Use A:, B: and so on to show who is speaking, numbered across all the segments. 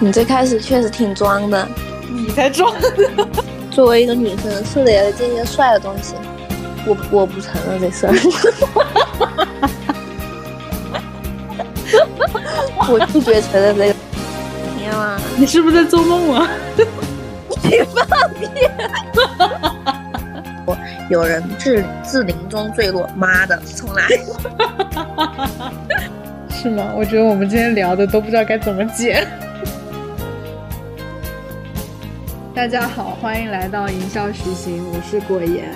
A: 你最开始确实挺装的，
B: 你才装的。
A: 作为一个女生，是得要见些帅的东西。我我不承认这事儿，我拒绝承认这个。天啊！
B: 你是不是在做梦啊？
A: 你放屁！我有人自自林中坠落，妈的，从哪里？
B: 是吗？我觉得我们今天聊的都不知道该怎么解。 大家好，欢迎来到营销徐行，我是果言。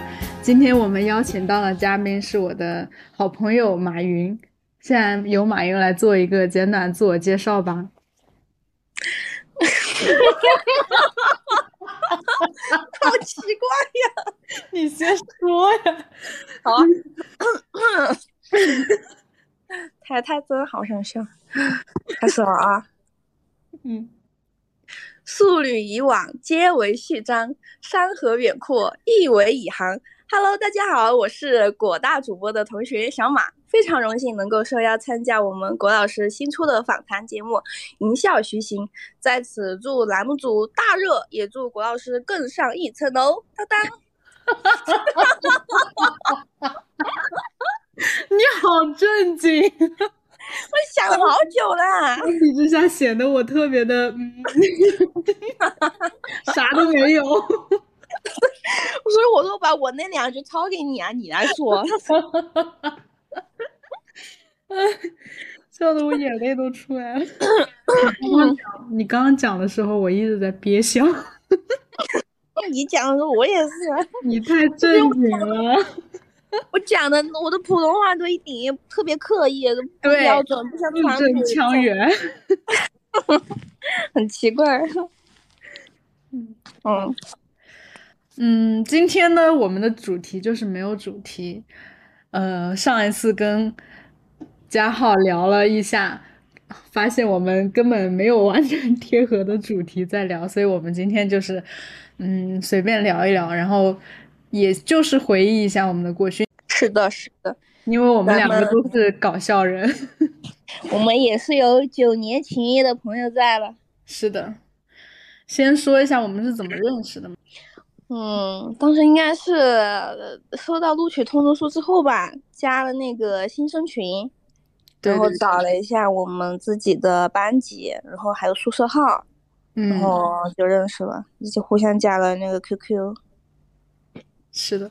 B: 今天我们邀请到的嘉宾是我的好朋友马云。现在由马云来做一个简短自我介绍 吧。
A: 好奇怪呀！
B: 你先说呀。
A: 好， 太太真好想笑。开始了啊。
B: 嗯。
A: 素履以往，皆为序章；山河远阔，亦为以航。Hello，大家好，我是果大主播的同学小马，非常荣幸能够受邀参加我们果老师新出的访谈节目《迎笑徐行》。在此祝栏目组大热，也祝果老师更上一层楼。当当，
B: 你好正经，
A: 我想了啊好久啦。
B: 相比之下，显得我特别的，嗯， 啥都没有。
A: 所以我说把我那两句抄给你啊，你来说。
B: 笑的我眼泪都出来了。你刚讲，你刚刚讲的时候，我一直在憋笑。
A: 你讲的时候我也是。
B: 你太正经了。
A: 我讲的我的普通话都一点特别刻意，不标准，不像
B: 字 正腔圆，
A: 很奇怪。嗯嗯
B: 嗯，今天呢，我们的主题就是没有主题。呃，上一次跟嘉浩聊了一下，发现我们根本没有完全贴合的主题在聊，所以我们今天就是嗯随便聊一聊，然后。也就是回忆一下我们的过去，
A: 是的，是的，
B: 因为我们两个都是搞笑人，
A: 我们也是有九年情谊的朋友在了。
B: 是的，先说一下我们是怎么认识的嘛。
A: 嗯，当时应该是收到录取通知书之后吧，加了那个新生群，
B: 对对对
A: 然后找了一下我们自己的班级，然后还有宿舍号，
B: 嗯、
A: 然后就认识了，就互相加了那个 QQ。
B: 是的，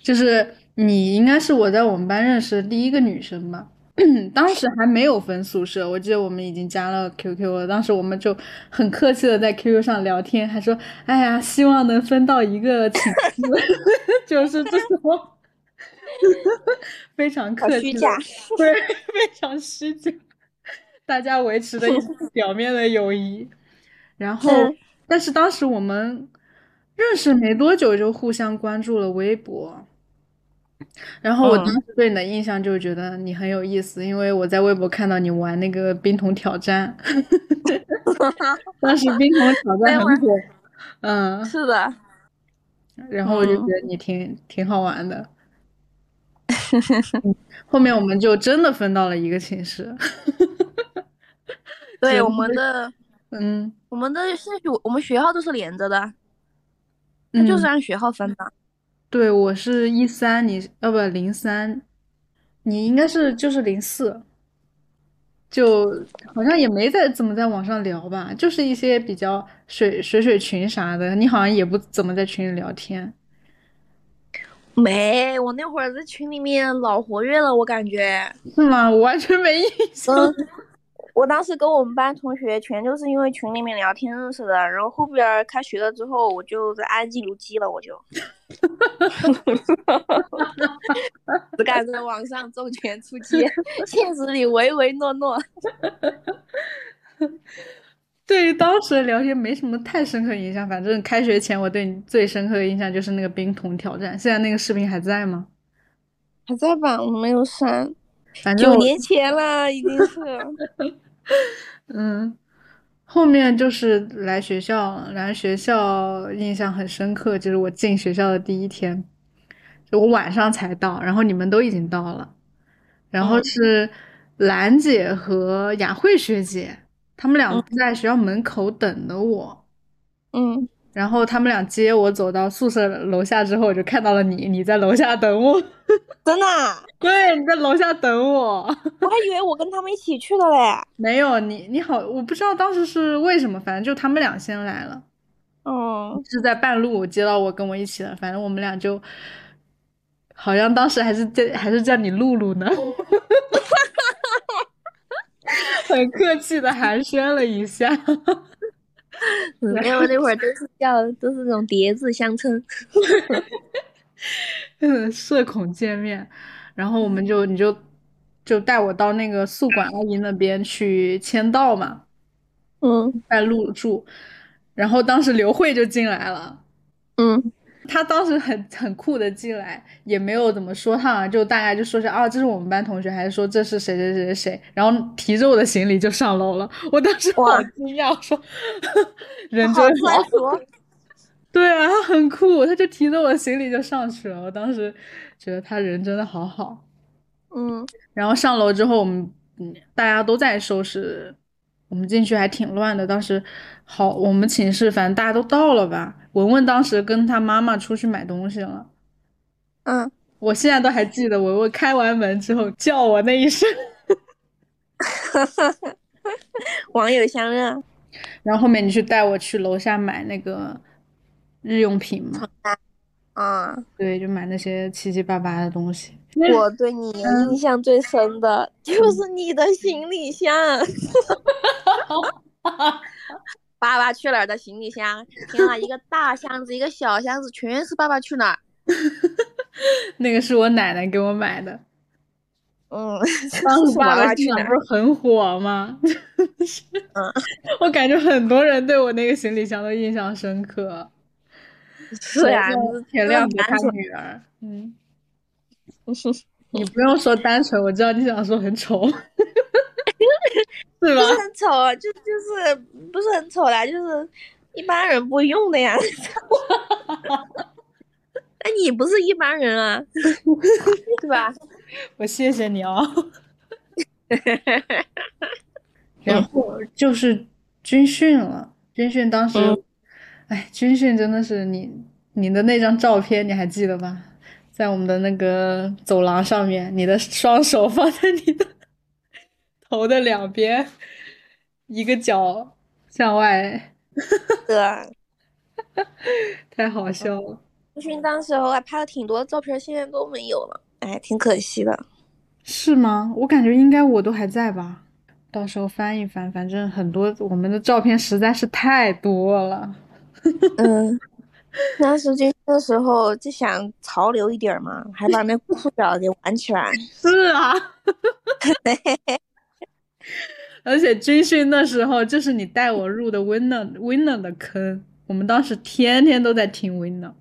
B: 就是你应该是我在我们班认识的第一个女生吧 当时还没有分宿舍，我记得我们已经加了 QQ 了。当时我们就很客气的在 QQ 上聊天，还说：“哎呀，希望能分到一个寝室。” 就是这种非常客气
A: 虚假，
B: 对， 非常虚假，大家维持的表面的友谊。然后，
A: 嗯
B: 但是当时我们。认识没多久就互相关注了微博，然后我
A: 嗯
B: 当时对你的印象就是觉得你很有意思，因为我在微博看到你玩那个冰桶挑战， 当时冰桶挑战很火，嗯，
A: 是的，
B: 然后我就觉得
A: 嗯
B: 你挺挺好 玩的。嗯后面我们就真的分到了一个寝室，
A: 对我们的
B: 嗯，
A: 我们的是我们学号都是连着的，它就是
B: 嗯
A: 按学号分的。
B: 对，我是一三，你呃不零三，你应该是就是零四，就好像也没在怎么在网上聊吧，就是一些比较水水水群啥的，你好像也不怎么在群里聊天。
A: 没，我那会儿在群里面老活跃了，我感 觉。
B: 是吗？我完全没印 象。
A: 嗯，我当时跟我们班同学全都是因为群里面聊天认识的，然后后边儿开学了之后，我就在安静如鸡了，我就， 只敢在网上重拳出击，现实里唯唯诺诺。
B: 对，当时的聊天没什么太深刻印象，反正开学前我对你最深刻的印象就是那个冰桶挑战。现在那个视频还在吗？
A: 还在吧？我没有删，
B: 反正
A: 九
B: 我
A: 年前了，已经是。
B: 嗯，后面就是来学校了，来学校印象很深刻，就是我进学校的第一天，就我晚上才到，然后你们都已经到了，然后
A: 嗯
B: 是兰姐和雅慧学姐他们俩在学校门口等的我，
A: 嗯，
B: 然后他们俩接我走到宿舍楼下之后，我就看到了你，你在楼下等我，
A: 真的啊，
B: 对，你在楼下等我。
A: 我还以为我跟他们一起去的嘞。
B: 没有你，你好，我不知道当时是为什么，反正就他们俩先来了，
A: 嗯，
B: 是在半路接到我跟我一起的，反正我们俩就，好像当时还是叫还是叫你露露呢， 很客气的寒暄了一下，
A: 没有，嗯那会儿都是叫都是那种叠字相称。
B: 嗯，社恐见面，然后我们就你就就带我到那个宿管阿姨那边去签到嘛，
A: 嗯
B: 带入住，然后当时刘慧就进来了。
A: 嗯
B: 他当时很很酷的进来，也没有怎么说他，好像就大概就说是啊，这是我们班同学，还是说这是谁谁谁谁谁，然后提着我的行李就上楼了。我当时好
A: 哇
B: 惊讶，我说人
A: 好
B: 真
A: 穿着。
B: 对啊，他很酷，他就提着我的行李就上去了。我当时觉得他人真的好好。
A: 嗯
B: 然后上楼之后，我们嗯大家都在收拾，我们进去还挺乱的。当时好，我们寝室反正大家都到了吧。文文当时跟他妈妈出去买东西了。
A: 嗯，
B: 我现在都还记得，我我开完门之后叫我那一声，
A: 网友相认。
B: 然后后面你去带我去楼下买那个日用品嘛，
A: 啊、
B: 对，就买那些七七八八的东西。
A: 我对你
B: 嗯
A: 印象最深的就是你的行李箱， 爸爸去哪儿的行李箱？天呐，一个大箱子，一个小箱子，全是爸爸去哪儿。
B: 那个是我奶奶给我买的，
A: 嗯，
B: 当
A: 是
B: 时爸
A: 爸
B: 爸
A: 爸
B: 去
A: 去
B: 哪
A: 哪
B: 儿嗯
A: 儿？
B: 不是很火吗？ 我感觉很多人对我那个行李箱都印象深刻。
A: 是呀、
B: 首先
A: 这
B: 田亮
A: 这
B: 给他女儿， 嗯，
A: 男生
B: 你不用说单纯，我知道你想说很丑， 是吧
A: 不？是很丑啊，就就是不是很丑啦，就是一般人不会用的呀。那你不是一般人啊，对吧？
B: 我谢谢你哦。 然后就是军训了，军训当时
A: 嗯，
B: 哎，军训真的是你你的那张照片你还记得吧？在我们的那个走廊上面，你的双手放在你的头的两边，一个脚向外，
A: 对啊。
B: 太好笑了。
A: 军训当时候还拍了挺多照片，现在都没有了，哎，挺可惜的。
B: 是吗？我感觉应该我都还在吧，到时候翻一翻，反正很多我们的照片实在是太多了。
A: 嗯，当时军训的时候就想潮流一点儿嘛，还把那裤脚给挽起来。
B: 是啊， 而且军训那时候就是你带我入的 Winner Winner 的坑，我们当时天天都在听 Winner。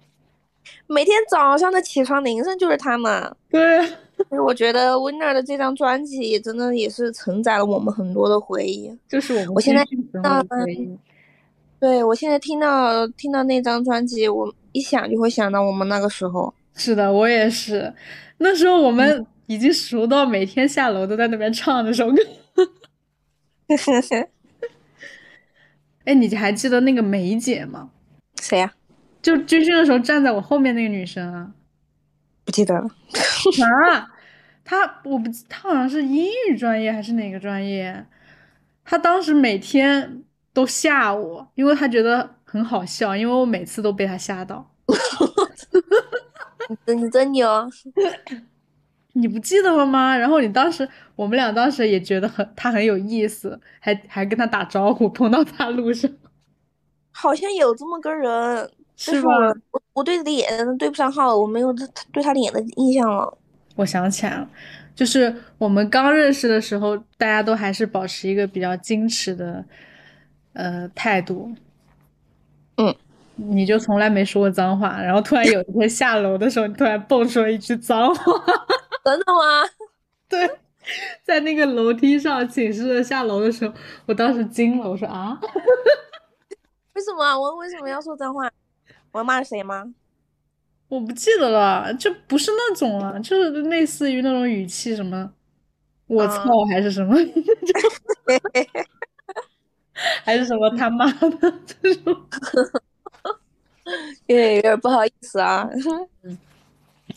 A: 每天早上的起床铃声就是他们。
B: 对，啊
A: 所以我觉得 Winner 的这张专辑真的也是承载了我们很多的回忆。
B: 就是我们
A: 我现在
B: 军训时候的回忆。
A: 对，我现在听到听到那张专辑，我一想就会想到我们那个时候。
B: 是的，我也是，那时候我们已经熟到每天下楼都在那边唱这首歌。 哎，你还记得那个梅姐吗？
A: 谁呀、
B: 就军训的时候站在我后面那个女生啊。
A: 不记得了。
B: 啊，他我不，他好像是英语专业还是哪个专业？他当时每天都吓我，因为他觉得很好笑，因为我每次都被他吓到。
A: 你你哦真牛！
B: 你不记得了吗？然后你当时，我们俩当时也觉得很，他很有意思，还还跟他打招呼，碰到他路上，
A: 好像有这么个人，但
B: 是
A: 是
B: 吧？
A: 我我我对脸对不上号，我没有他他对他脸的印象了。
B: 我想起来了，就是我们刚认识的时候，大家都还是保持一个比较矜持的呃态度。
A: 嗯，
B: 你就从来没说过脏话，然后突然有一天下楼的时候，你突然蹦出了一句脏话，
A: 真的吗？
B: 对，在那个楼梯上，寝室的下楼的时候，我当时惊了，我说啊，
A: 为什么我为什么要说脏话？我骂谁吗？
B: 我不记得了，就不是那种了，就是类似于那种语气什么，我
A: 啊
B: 操还是什么。还是什么他妈的这种。
A: 有点有点不好意思啊。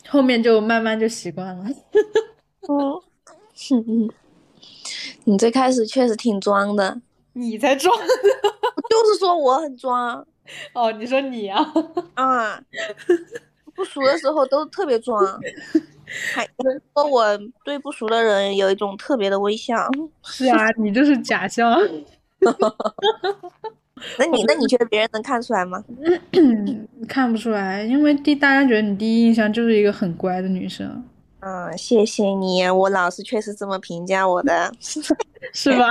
B: 后面就慢慢就习惯了。
A: 哦，嗯， 你最开始确实挺装的，
B: 你才装
A: 我就是说我很装
B: 哦！你说你啊？
A: 啊， 不熟的时候都特别 装，还说我对不熟的人有一种特别的微笑。
B: 是啊，你就是假笑。
A: 那你那你觉得别人能看出来吗？
B: 看不出来，因为第大家觉得你第一印象就是一个很乖的女生，
A: 嗯，谢谢你，我老师确实这么评价我的。
B: 是吧？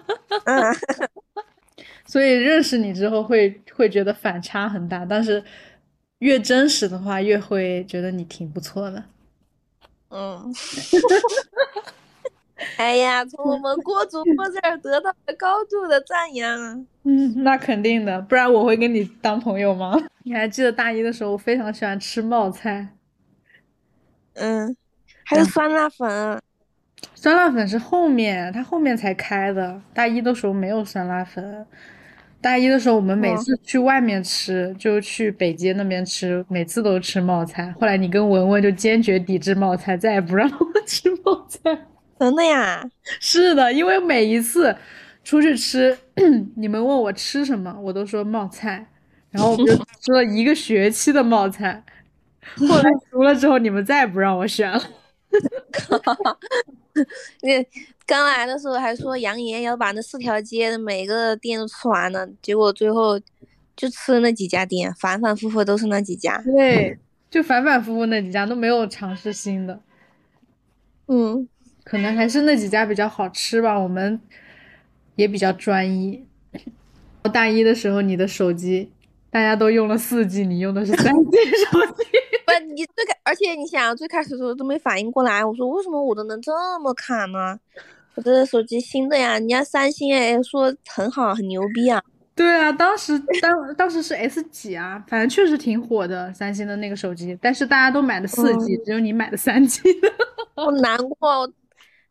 A: 嗯，
B: 所以认识你之后会会觉得反差很大，但是越真实的话，越会觉得你挺不错的。
A: 嗯，哎呀，从我们郭主播这儿得到了高度的赞扬啊！
B: 嗯， 那肯定的，不然我会跟你当朋友吗？ 你还记得大一的时候，我非常喜欢吃冒菜，
A: 嗯，还有酸辣粉，
B: 酸辣粉是后面，它后面才开的。大一的时候没有酸辣粉，大一的时候我们每
A: 哦
B: 次去外面吃，就去北街那边吃，每次都吃冒菜。后来你跟文文就坚决抵制冒菜，再也不让我吃冒菜。
A: 真的呀？
B: 是的，因为每一次出去吃，你们问我吃什么，我都说冒菜，然后我们就吃了一个学期的冒菜。后来熟了之后，你们再也不让我选了。
A: 那刚来的时候还说扬言要把那四条街的每个店都吃完呢，结果最后就吃了那几家店，反反复复都是那几家。
B: 对，就反反复复那几家都没有尝试新的，
A: 嗯，
B: 可能还是那几家比较好吃吧。我们也比较专一。我大一的时候，你的手机大家都用了四 G，你用的是三 G 手机。
A: 不，你最开，而且你想啊最开始的时候都没反应过来，我说为什么我的能这么卡呢？我这手机新的呀，人家三星哎说很好，很牛逼啊。
B: 对啊，当时当当时是 S 几啊，反正确实挺火的，三星的那个手机，但是大家都买的四 G，、只有你买的 三 G
A: 我难过，我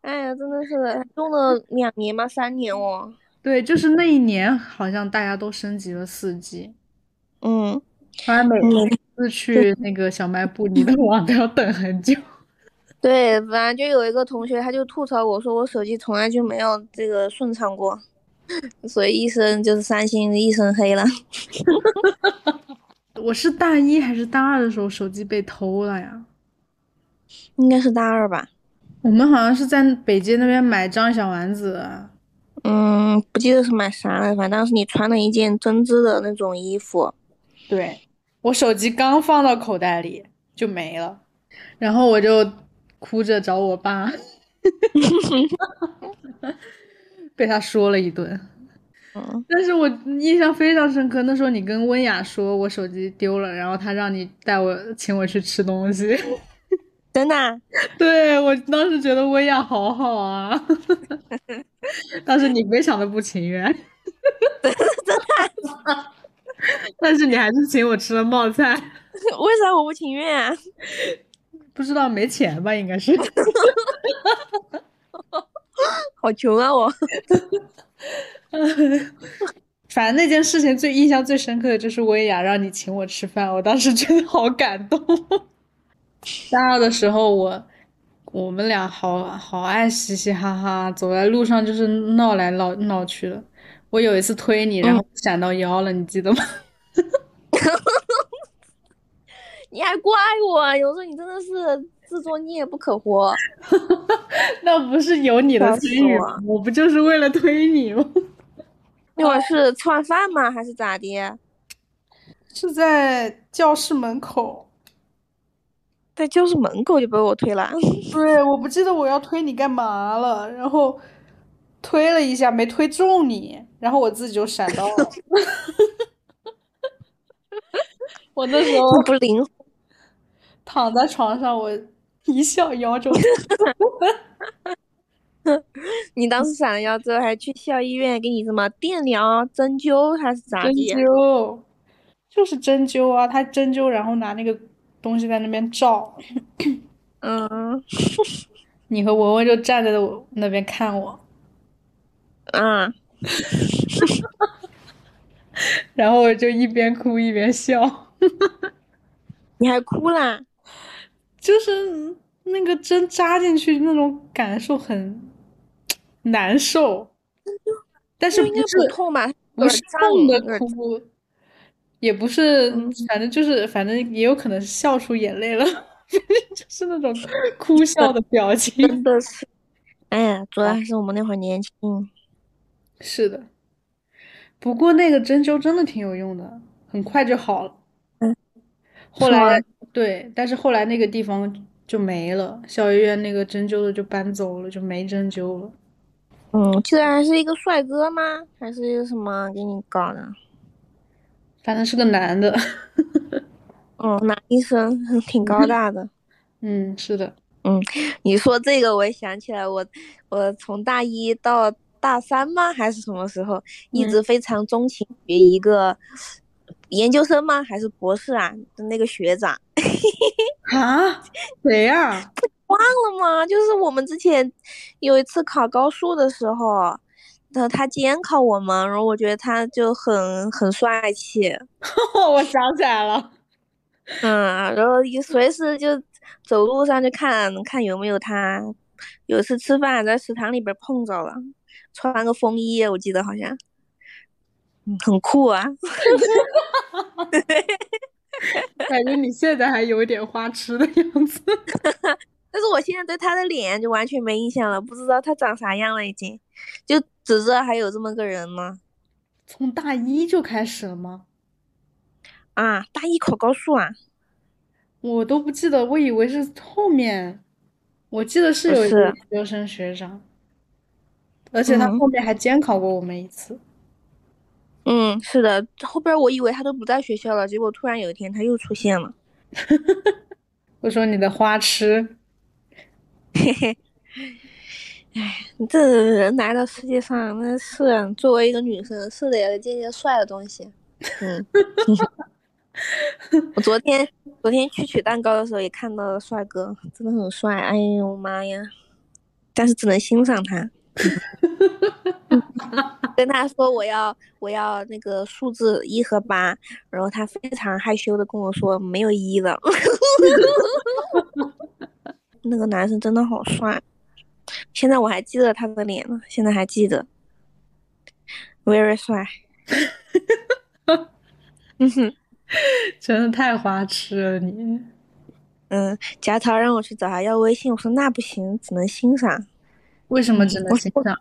A: 哎呀，真的是用了两年吧，三年哦。
B: 对，就是那一年好像大家都升级了四 G，
A: 嗯，
B: 后来每
A: 嗯
B: 次去那个小卖部，你的网都要等很久。
A: 对，反正就有一个同学，他就吐槽我说我手机从来就没有这个顺畅过， 所以一身就是三星一身黑了。
B: 我是大一还是大二的时候手机被偷了呀？
A: 应该是大二吧？
B: 我们好像是在北街那边买张小丸子，啊
A: 嗯，不记得是买啥了，反正当时你穿了一件针织的那种衣服。
B: 对，我手机刚放到口袋里就没了，然后我就哭着找我爸，被他说了一顿。
A: 嗯，
B: 但是我印象非常深刻，那时候你跟温雅说我手机丢了，然后他让你带我请我去吃东西。
A: 真的啊、
B: 对，我当时觉得薇娅好好啊，但是你非常的不情愿，但是你还是请我吃了冒菜，
A: 为啥我不情愿啊？
B: 不知道没钱吧？应该是。
A: 好穷啊我！
B: 反正那件事情最印象最深刻的就是薇娅让你请我吃饭，我当时觉得好感动。 大二的时候我，我们俩好好爱嘻嘻哈哈，走在路上就是闹来闹闹去的。我有一次推你，然后闪到腰了，你记得吗？
A: 你还怪我，啊有时候你真的是自作孽不可活。
B: 那不是有你的
A: 笑死
B: 参与
A: 我
B: 吗？我不就是为了推你吗？
A: 那会儿是吃完饭吗？还是咋的？
B: 是在教室门口。
A: 在教室门口就被我推了。
B: 对，我不记得我要推你干嘛了，然后推了一下，没推中你，然后我自己就闪到了。我那时候
A: 不灵活，
B: 躺在床上，我一笑摇着我，
A: 你当时闪了腰之后，还去校医院给你什么电疗、啊针灸还是咋
B: 针
A: 的？
B: 灸，就是针灸啊，他针灸，然后拿那个东西在那边照。
A: 嗯
B: 你和文文就站在我那边看我，
A: 啊，
B: 然后我就一边哭一边笑，
A: 你还哭啦？
B: 就是那个针扎进去那种感受很难受，但是
A: 就应
B: 不
A: 该
B: 是
A: 不痛吧？
B: 不是
A: 胀
B: 痛的
A: 有点
B: 哭，也不是
A: 嗯，
B: 反正就是，反正也有可能是笑出眼泪了， 就是那种哭笑的表情。
A: 真的是，哎呀，主要还是我们那会儿年轻。
B: 是的，不过那个针灸真的挺有用的，很快就好了。
A: 嗯，
B: 后
A: 是吗
B: 来对，但是后来那个地方就没了，小医院那个针灸的就搬走了，就没针灸了。
A: 嗯，我记得还是一个帅哥吗？还是一个什么给你搞的？
B: 反正是个男的，
A: 嗯，男医生 挺高大的。
B: 嗯，是的，
A: 你说这个，我也想起来我，我从大一到大三吗？还是什么时候，一
B: 嗯
A: 直非常钟情于一个研究生吗？还是博士啊？的那个学长，
B: 啊，谁呀？
A: 忘了吗？就是我们之前有一次考高数的时候，他他监考我们，然后我觉得他就很很帅气，
B: 我想起来了。
A: 嗯，然后一随时就走路上就看看有没有他。有一次吃饭在食堂里边碰着了，穿个风衣，我记得好像，嗯很酷啊。
B: 感觉你现在还有一点花痴的样子。
A: 但是我现在对他的脸就完全没印象了，不知道他长啥样了，已经，就只知道还有这么个人呢。
B: 从大一就开始了吗？
A: 啊，大一考高数啊，
B: 我都不记得，我以为是后面，我记得是
A: 不
B: 有一
A: 是
B: 个研究生学长，而且他
A: 嗯
B: 后面还监考过我们一次。
A: 嗯，是的，后边我以为他都不在学校了，结果突然有一天他又出现了。
B: 我说你的花痴，
A: 这人来到世界上，那是作为一个女生，是得要见见帅的东西。嗯， 我昨天昨天去取蛋糕的时候也看到了帅哥，真的很帅，哎呦妈呀！但是只能欣赏他。跟他说我要我要那个数字一和八，然后他非常害羞的跟我说没有一了。那个男生真的好帅，现在我还记得他的脸呢，现在还记得，very 帅。嗯哼，
B: 真的太花痴了你。
A: 嗯，贾桃让我去找他要微信，我说那不行，只能欣赏。
B: 为什么
A: 嗯
B: 只能欣赏？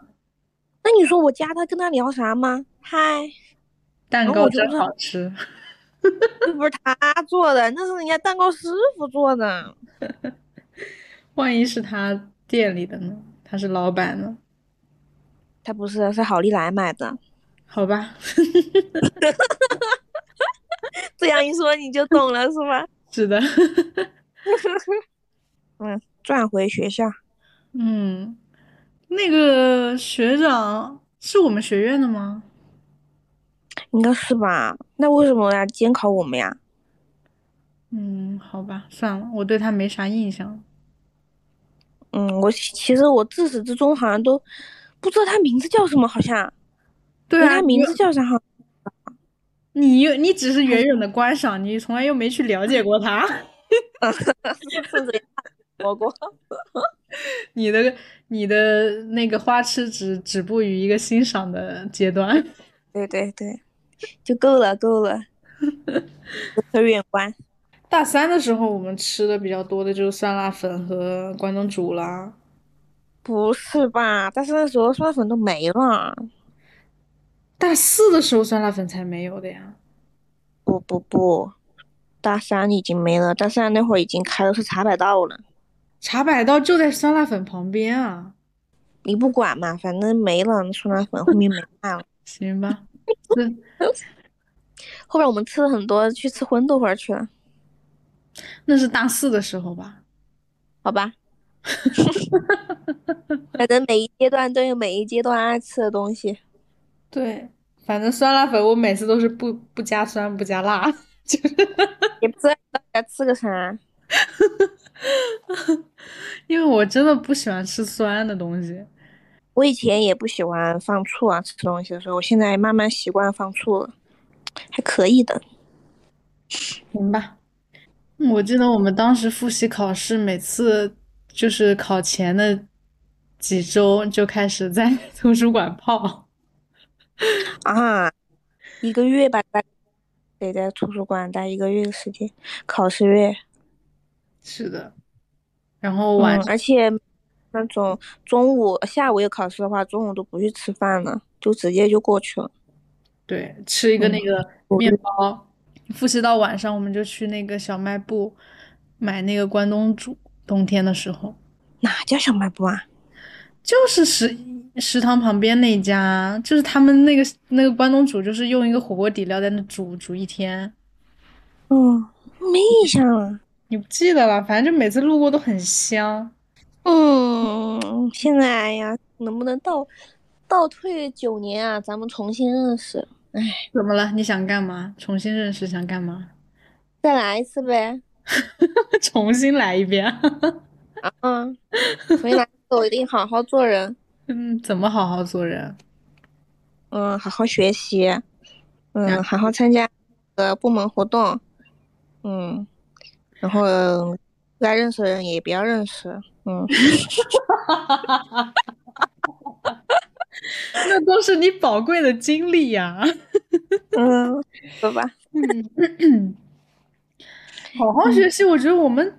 A: 那你说我加他跟他聊啥吗？嗨，
B: 蛋
A: 然后
B: 糕
A: 我就
B: 真
A: 问
B: 好吃，
A: 又不是他做的，那是人家蛋糕师傅做的。
B: 万一是他店里的呢？他是老板呢？
A: 他不是，是好利来买的。
B: 好吧，
A: 这样一说你就懂了是吧？
B: 是的，
A: 转回学校，
B: 嗯，那个学长是我们学院的吗？
A: 应该是吧？那为什么要监考我们呀？
B: 嗯，好吧，算了，我对他没啥印象。
A: 嗯，我其其实我自始至终好像都不知道他名字叫什么，好像
B: 对
A: 连
B: 啊，
A: 他
B: 你
A: 名
B: 又
A: 字叫啥好像
B: 你又你只是远远的观赏，你从来又没去了解过他。
A: 甚至火锅。
B: 你的你的那个花痴只止步于一个欣赏的阶段。
A: 对对对，就够了够了，很远观。
B: 大三的时候，我们吃的比较多的就是酸辣粉和关东煮啦。
A: 不是吧？但是那时候酸粉都没了。
B: 大四的时候，酸辣粉才没有的呀。
A: 不不不，大三已经没了，大三那会儿已经开的是茶百道了。
B: 茶百道就在酸辣粉旁边啊。
A: 你不管嘛，反正没了，那酸辣粉后面没卖了。
B: 行吧，这
A: 后边我们吃了很多，去吃荤豆花去了，
B: 那是大四的时候吧？
A: 好吧？反正每一阶段都有每一阶段爱吃的东西。
B: 对，反正酸辣粉我每次都是不不加酸不加辣， 就是
A: 也不知道该吃个啥。
B: 因为我真的不喜欢吃酸的东西。
A: 我以前也不喜欢放醋啊，吃东西的时候，我现在慢慢习惯放醋了，还可以的。
B: 行吧。嗯我记得我们当时复习考试，每次就是考前的几周就开始在 图书馆泡。
A: 啊，一个月吧，大得在图书馆待一个月的时间，考试月。
B: 是的，然后晚
A: 嗯，
B: 上
A: 而且那种中午、下午有考试的话，中午都不去吃饭了，就直接就过去了。
B: 对，吃一个那
A: 嗯
B: 个
A: 我
B: 面包，复习到晚上我们就去那个小卖部买那个关东煮，冬天的时候
A: 哪家小卖部啊？
B: 就是食食堂旁边那家，就是他们那个那个关东煮，就是用一个火锅底料在那煮煮一天，
A: 嗯，没印象了。
B: 你不记得了，反正就每次路过都很香。
A: 嗯，现在哎呀，能不能倒倒退九年啊？咱们重新认识，
B: 怎么了？你想干嘛？重新认识想干嘛？
A: 再来一次呗。
B: 重新来一遍。
A: 嗯，回来我一定好好做人，
B: 嗯，怎么好好做人？啊
A: 嗯，好好学习，嗯，好好参加呃部门活动，嗯，然后该认识的人也不要认识，嗯，
B: 那都是你宝贵的经历呀。
A: 嗯，好吧，
B: 嗯好好学习，我觉得我们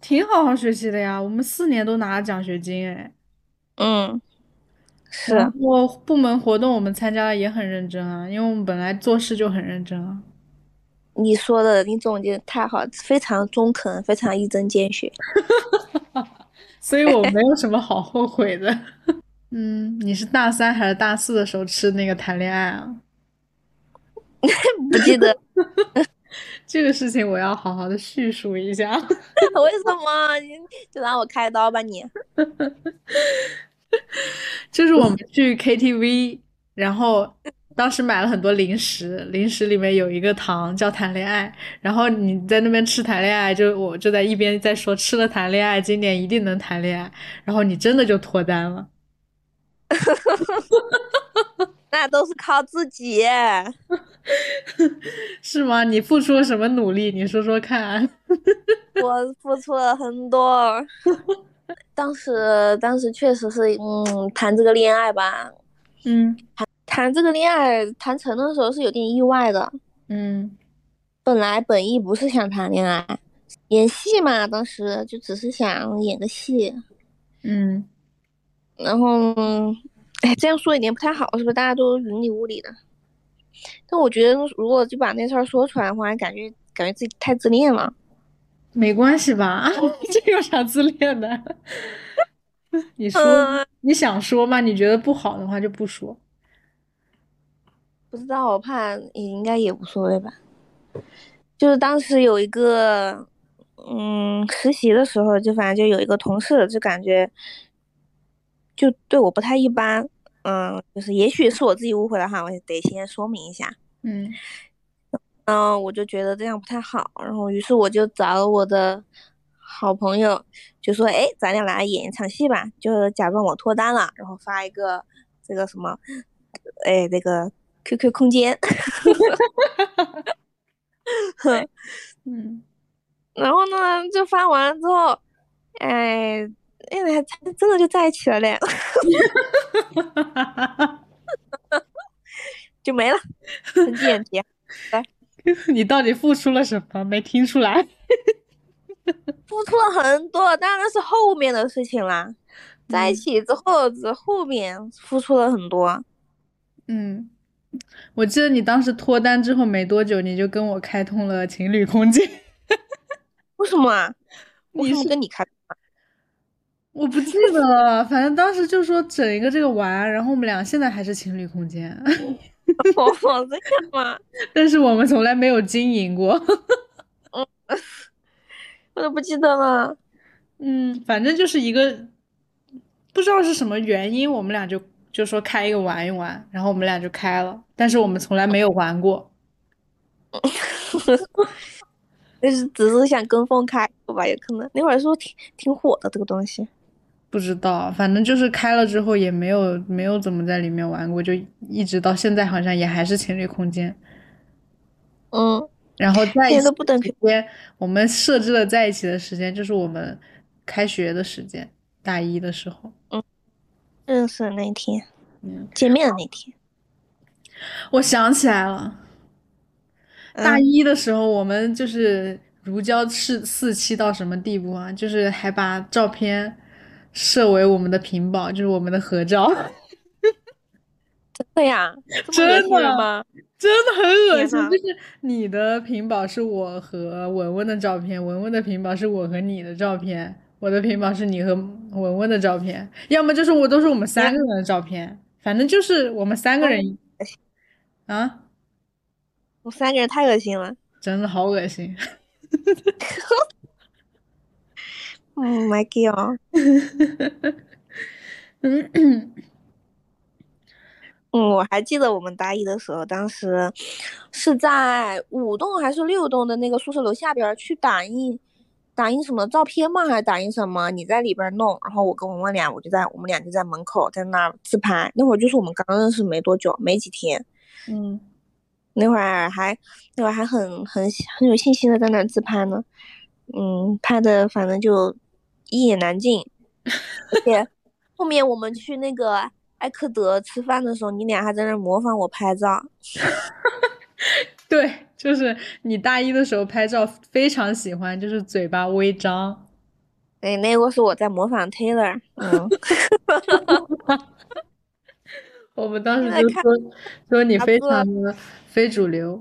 B: 挺好好学习的呀。我们四年都拿了奖学金，哎，
A: 嗯，是，啊
B: 然后部门活动我们参加的也很认真啊，因为我们本来做事就很认真啊。
A: 你说的，你总结得太好，非常中肯，非常一针见血。
B: 所以我没有什么好后悔的。 嗯，你是大三还是大四的时候吃那个谈恋爱啊？
A: 不记得
B: 这个事情我要好好的叙述一下。
A: 为什么，你就让我开刀吧你。
B: 就是我们去 KTV，然后当时买了很多零食，零食里面有一个糖叫谈恋爱，然后你在那边吃谈恋爱，就我就在一边在说吃了谈恋爱，今年一定能谈恋爱，然后你真的就脱单了。
A: 那都是靠自己。
B: 是吗？你付出了什么努力？你说说看。
A: 我付出了很多。当时，当时确实是，嗯，谈这个恋爱吧，
B: 嗯
A: 谈这个恋爱谈成的时候是有点意外的。
B: 嗯
A: 本来本意不是想谈恋爱，演戏嘛，当时就只是想演个戏。
B: 嗯，
A: 然后，嗯哎，这样说有点不太好，是不是？大家都云里雾里的。但我觉得，如果就把那事儿说出来的话，感觉感觉自己太自恋了。
B: 没关系吧？啊 这有啥自恋的？ 你说，
A: 嗯
B: 你想说吗？你觉得不好的话就不说。
A: 不知道，我怕也应该也无所谓吧。就是当时有一个，嗯，实习的时候，就反正就有一个同事，就感觉就对我不太一般。嗯，就是也许是我自己误会了哈，我得先说明一下。
B: 嗯
A: 然后我就觉得这样不太好，然后于是我就找我的好朋友，就说：“哎，咱俩来演一场戏吧，就是假装我脱单了，然后发一个这个什么，哎，那个 QQ 空间。”
B: 嗯
A: 然后呢，就发完了之后，哎，哎，还真真的就在一起了嘞，就没了， 很简洁。
B: 你到底付出了什么？没听出来。
A: 付出了很多，当然是后面的事情啦。在一
B: 嗯
A: 起之后，之后面付出了很多。
B: 嗯，我记得你当时脱单之后没多久，你就跟我开通了情侣空间。
A: 为什么啊？为
B: 你
A: 什么
B: 是
A: 跟你开？
B: 我不记得了，反正当时就说整一个这个玩，然后我们俩现在还是情侣空间，
A: 哦，这样吗？
B: 但是我们从来没有经营过。
A: 我都不记得了。
B: 嗯，反正就是一个不知道是什么原因，我们俩就就说开一个玩一玩，然后我们俩就开了，但是我们从来没有玩过。
A: 就是只是想跟风开吧，有可能那会儿说挺挺火的这个东西。
B: 不知道，反正就是开了之后也没有没有怎么在里面玩过，就一直到现在好像也还是情侣空间。
A: 嗯，
B: 然后在一
A: 现
B: 起
A: 在都不等
B: 时间，我们设置了在一起的时间，就是我们开学的时间，大一的时候。
A: 认识的那天，
B: 嗯，
A: 见面的那天。
B: 我想起来了，大
A: 嗯
B: 一的时候我们就是如胶似似漆到什么地步啊？就是还把照片设为我们的屏保，就是我们的合照，
A: 对呀，这么恶
B: 真
A: 心
B: 的
A: 人吗？
B: 真的很恶
A: 天
B: 心。
A: 呐
B: 就是你的屏保是我和文文的照片，文文的屏保是我和你的照片，我的屏保是你和文文的照片，要么就是我都是我们三个人的照片，反正就是我们三个人
A: 哎
B: 啊，
A: 我三个人太恶心了。
B: 真的好 恶心。
A: 嗯，My God，
B: 嗯，
A: 嗯，我还记得我们大一的时候，当时是在五栋还是六栋的那个宿舍楼下边儿去打印，打印什么照片吗？还是打印什么？你在里边儿弄，然后我跟文文俩，我就在我们俩就在门口在那儿自拍。那会儿就是我们刚认识没多久，没几天，
B: 嗯，
A: 那会儿还那会儿还很很很有信心的在那儿自拍呢，嗯，拍的反正就一言难尽，而且后面我们去那个艾克德吃饭的时候，你俩还在那儿模仿我拍照，
B: 对，就是你大一的时候拍照非常喜欢，就是嘴巴微张。
A: 对，哎那个是我在模仿 Taylor，嗯，
B: 我们当时
A: 现在
B: 就
A: 看
B: 说说你
A: 差不
B: 非
A: 多
B: 常的非主流。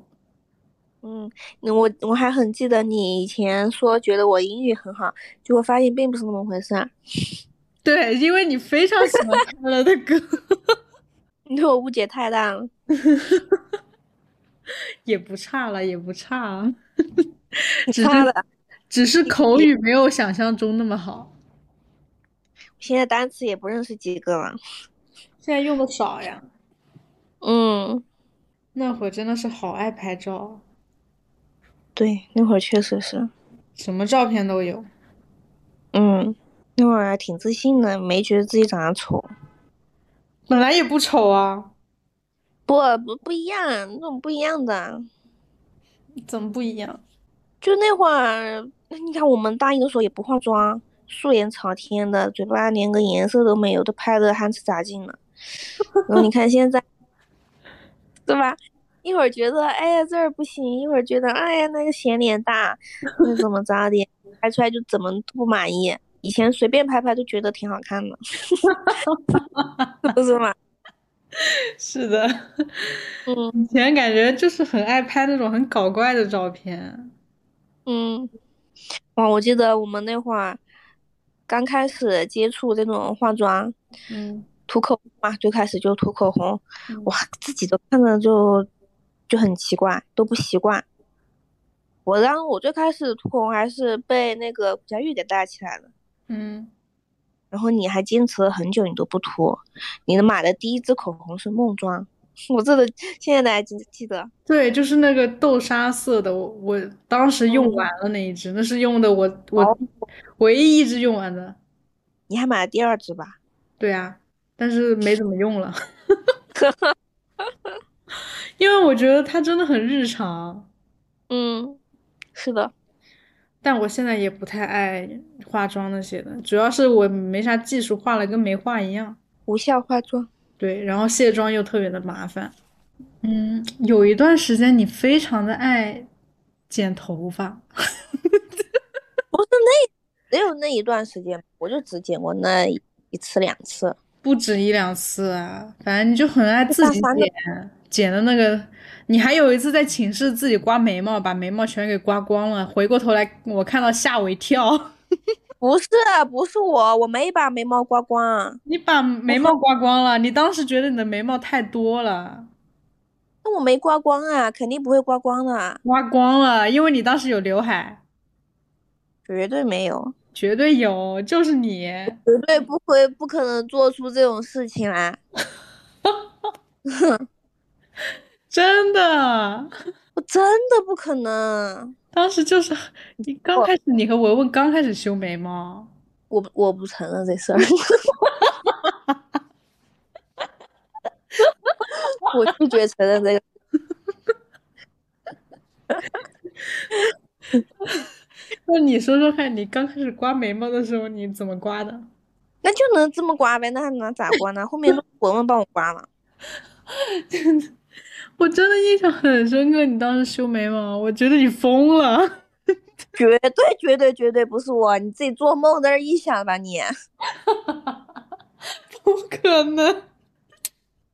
A: 嗯，那我我还很记得你以前说觉得我英语很好，结果发现并不是那么回事儿，
B: 对，因为你非常喜欢泰勒的歌，
A: 你对我误解太大了，
B: 也不差了，也不差啊，
A: 你
B: 只
A: 差
B: 是
A: 了。
B: 只是口语没有想象中那么好，
A: 现在单词也不认识几个了，
B: 现在用的少呀。
A: 嗯。
B: 那会儿真的是好爱拍照啊，
A: 对，那会儿确实是，
B: 什么照片都有。
A: 嗯，那会儿还挺自信的，没觉得自己长得丑。
B: 本来也不丑啊，
A: 不不不一样，那种不一样的。
B: 怎么不一样？
A: 就那会儿，你看我们大一的时候也不化妆，素颜朝天的，嘴巴连个颜色都没有，都拍的酣词砸劲了。然后你看现在，对吧？一会儿觉得哎呀这儿不行，一会儿觉得哎呀那个显脸大，那怎么着的，拍出来就怎么都不满意。以前随便拍拍都觉得挺好看的， 是不是嘛？
B: 是的，
A: 嗯
B: 以前感觉就是很爱拍那种很搞怪的照片。
A: 嗯，哇！我记得我们那会儿刚开始接触这种化妆，
B: 嗯
A: 涂口红嘛，最开始就涂口红，
B: 嗯
A: 哇，自己都看着就就很奇怪，都不习惯。我当我最开始涂口红还是被那个古佳玉给带起来的，
B: 嗯，
A: 然后你还坚持了很久，你都不涂，你的买的第一支口红是梦妆， 我这个现在都还记记得，
B: 对，就是那个豆沙色的，我我当时用
A: 嗯
B: 完了那一支，那是用的我我唯一一支用完的。
A: 你还买了第二支吧？
B: 对啊，但是没怎么用了， 因为我觉得它真的很日常。
A: 嗯，是的，
B: 但我现在也不太爱化妆那些的，主要是我没啥技术，化了跟没化一样。
A: 无效化妆。
B: 对，然后卸妆又特别的麻烦。嗯，有一段时间你非常的爱剪头发，
A: 只有那一段时间，我就只剪过那一次两次。
B: 不止一两次啊，反正你就很爱自
A: 大
B: 己
A: 三的
B: 剪，剪的那个，你还有一次在寝室自己刮眉毛，把眉毛全给刮光了，回过头来我看到吓我一跳，
A: 不是，啊不是我，我没把眉毛刮光，
B: 你把眉毛刮光了，你当时觉得你的眉毛太多了，
A: 那我没刮光啊，肯定不会刮光的，啊
B: 刮光了，因为你当时有刘海，
A: 绝对没有，
B: 绝对有，就是你，
A: 绝对不会，不可能做出这种事情来。
B: 真的。
A: 我真的不可能，
B: 当时就是你刚
A: 我
B: 开始，你和文文刚开始修眉毛，
A: 我不我不承认这事儿， 我拒绝承认这个。
B: 那你说说看，你刚开始刮眉毛的时候你怎么刮的？
A: 那就能这么刮呗，那还能咋刮呢？后面都是伯们帮我刮了。
B: 我真的印象很深刻，你当时修眉毛，我觉得你疯了。
A: 绝对绝对绝对不是我，你自己做梦在那儿臆想吧你，
B: 不可能，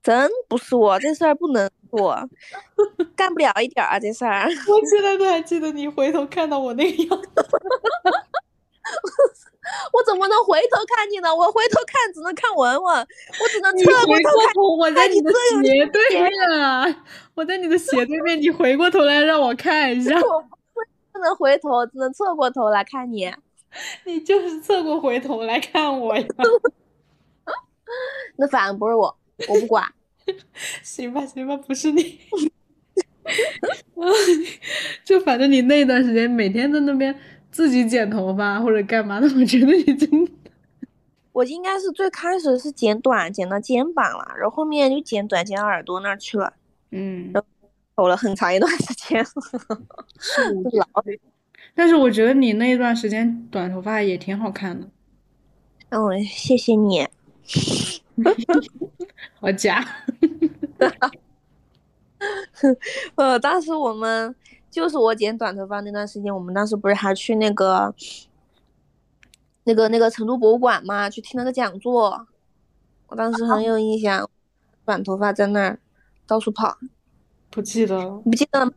A: 真不是我，这事儿不能做，干不了一点儿啊这事儿。
B: 我现在都还记得你回头看到我那个样子。
A: 我怎么能回头看你呢？我回头看只能看文文，我只能
B: 你
A: 侧过
B: 回
A: 头
B: 过
A: 看。
B: 头，我在
A: 看
B: 你
A: 你
B: 的
A: 这有
B: 斜对面啊！我在你的斜对面，你回过头来让我看一下，
A: 我不不能回头，只能侧过头来看你。
B: 你就是侧过回头来看我呀！
A: 那反正不是我，我不管。
B: 行吧，行吧，不是你。 就反正你那段时间每天在那边自己剪头发或者干嘛的，我觉得你真的
A: 我应该是最开始是剪短，剪到肩膀了，然后后面就剪短剪到耳朵那儿去了，
B: 嗯，
A: 走了 很长一段时间。
B: 是的
A: 老
B: 但是我觉得你那一段时间短头发也挺好看的，
A: 嗯，谢谢你。
B: 好假。
A: 呃，当时我们就是我剪短头发那段时间，我们当时不是还去那个、那个、那个成都博物馆嘛，去听了个讲座。我当时很有印象，短头发在那儿到处跑，
B: 不记得了，
A: 你不记得吗？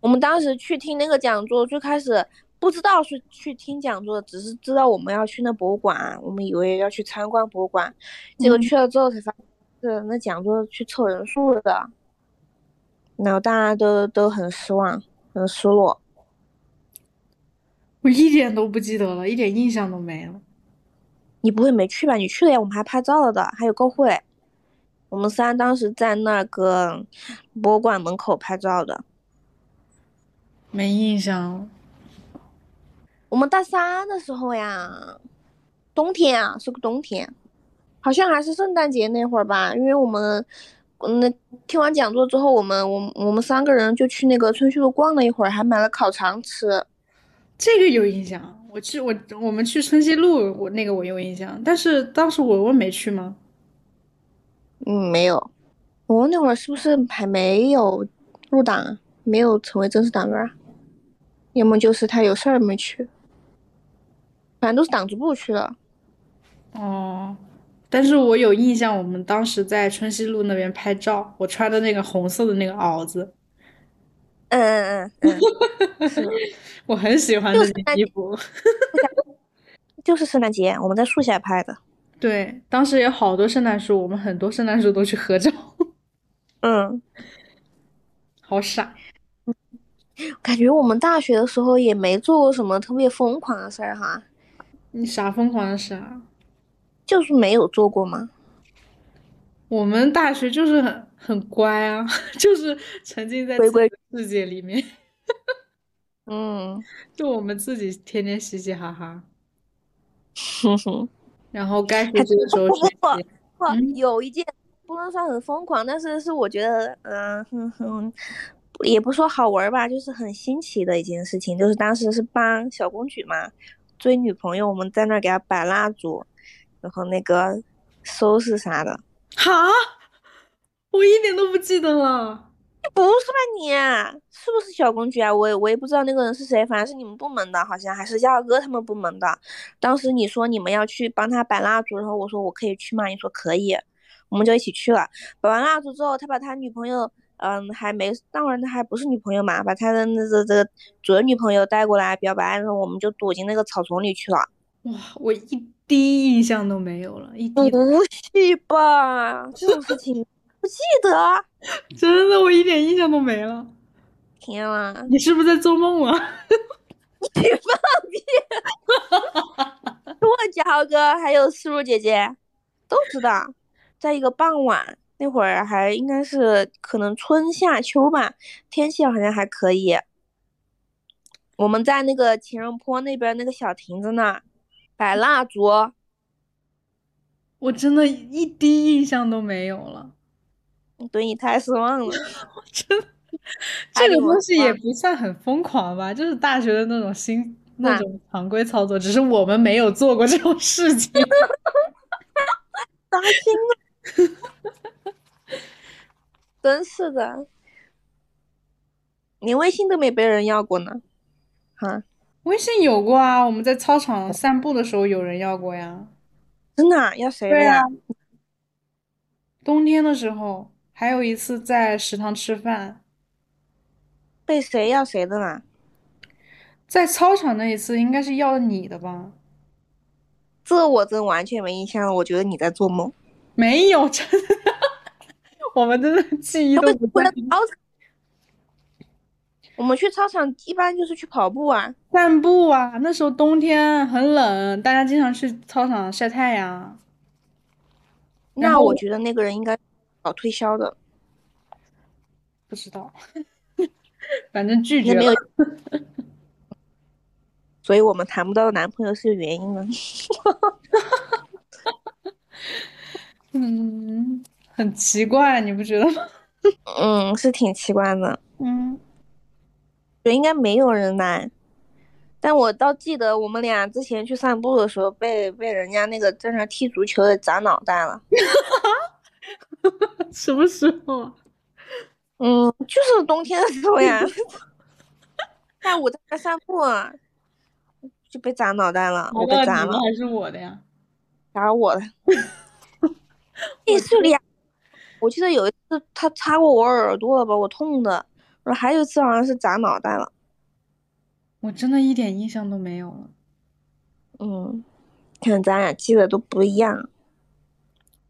A: 我们当时去听那个讲座，最开始不知道是去听讲座，只是知道我们要去那博物馆，啊我们以为要去参观博物馆，结果
B: 嗯
A: 去了之后才发现是那讲座去凑人数的，然后大家都都很失望，很失落。
B: 我一点都不记得了，一点印象都没了。
A: 你不会没去吧？你去了呀，我们还拍照了的，还有篝会。我们仨当时在那个博物馆门口拍照的。
B: 没印象了，
A: 我们大三的时候呀，冬天啊，是个冬天，好像还是圣诞节那会儿吧，因为我们，嗯，那听完讲座之后，我们我们我们三个人就去那个春熙路逛了一会儿，还买了烤肠吃。
B: 这个有印象。我去，我我们去春熙路，我那个我有印象，但是当时我我没去吗？
A: 嗯，没有，我那会儿是不是还没有入党啊？没有成为正式党员啊，要么就是他有事儿没去，反正都是党支部去了。
B: 哦，但是我有印象，我们当时在春熙路那边拍照，我穿的那个红色的那个袄子，
A: 嗯嗯嗯嗯，是的
B: 我很喜欢那件衣服。
A: 就是圣诞节，我们在树下拍的。
B: 对，当时有好多圣诞树，我们很多圣诞树都去合照，
A: 嗯。
B: 好傻。
A: 感觉我们大学的时候也没做过什么特别疯狂的事儿哈，
B: 你傻疯狂的啊傻。
A: 就是没有做过嘛。
B: 我们大学就是很很乖啊， 就是沉浸在
A: 回
B: 自己
A: 归
B: 的世界里面，
A: 嗯，
B: 就我们自己天天嘻嘻哈哈，
A: 哼哼。
B: 然后该学
A: 还
B: 习的时候
A: 不
B: 学
A: 过
B: 习。
A: 不过
B: 嗯
A: 有一件不能算很疯狂，但是是我觉得，嗯、哼哼，也不说好玩儿吧，就是很新奇的一件事情。就是当时是帮小公举嘛追女朋友，我们在那儿给他摆蜡烛，然后那个收拾啥的。
B: 哈， 我一点都不记得了。
A: 不是吧你？啊是不是小公举啊？我也我也不知道那个人是谁，反正是你们部门的，好像还是耀哥他们部门的。当时你说你们要去帮他摆蜡烛，然后我说我可以去吗？你说可以，我们就一起去了。摆完蜡烛之后，他把他女朋友，嗯，还没那会儿他还不是女朋友嘛，把他的那个这个准女朋友带过来表白，然后我们就躲进那个草丛里去了。
B: 哇，我一滴印象都没有了，一滴，
A: 不是吧？这种事情不记得？
B: 真的，我一点印象都没了。
A: 天啊！
B: 你是不是在做梦啊？
A: 我家豪哥还有思如姐姐都知道，在一个傍晚那会儿还应该是可能春夏秋吧，天气好像还可以。我们在那个情人坡那边那个小亭子那儿摆蜡烛，
B: 我真的一滴印象都没有了，
A: 对你太失望了。
B: 真的。
A: 还
B: 这个
A: 有
B: 东西也
A: 吗
B: 不算很疯狂吧，就是大学的那种新那
A: 那
B: 种常规操作，只是我们没有做过这种事情。
A: 扎心了，真是的，连微信都没被人要过呢。啊，
B: 微信有过啊，我们在操场散步的时候有人要过呀。
A: 真的啊要谁的
B: 对
A: 呀？
B: 啊冬天的时候，还有一次在食堂吃饭，
A: 被谁要谁的呢？
B: 在操场那一次应该是要你的吧？
A: 这我真完全没印象了，我觉得你在做梦。
B: 没有，真的， 我们真的记忆
A: 要
B: 都
A: 不
B: 不
A: 不
B: 在
A: 能。操场，我们去操场一般就是去跑步啊。
B: 散步啊，那时候冬天很冷，大家经常去操场晒太阳。然
A: 那
B: 后
A: 我
B: 我
A: 觉得那个人应该搞推销的，
B: 不知道， 反正拒
A: 也
B: 绝
A: 没有
B: 了。，
A: 所以我们谈不到男朋友是有原因的。
B: 嗯，很奇怪，你不觉得吗？
A: 嗯，是挺奇怪的。
B: 嗯，
A: 对，应该没有人来。但我倒记得我们俩之前去散步的时候被，被人家那个在那踢足球的砸脑袋了。
B: 什么时候啊？
A: 嗯，就是冬天的时候呀，下午在那散步啊就被砸脑袋了，我被砸
B: 难道你
A: 了
B: 的，还是我的呀？
A: 砸我 了。那是俩，我记得有一次他擦过我耳朵了吧，我痛的。然后还有一次好像是砸脑袋了。
B: 我真的一点印象都没有了。
A: 嗯，看咱俩记得都不一样。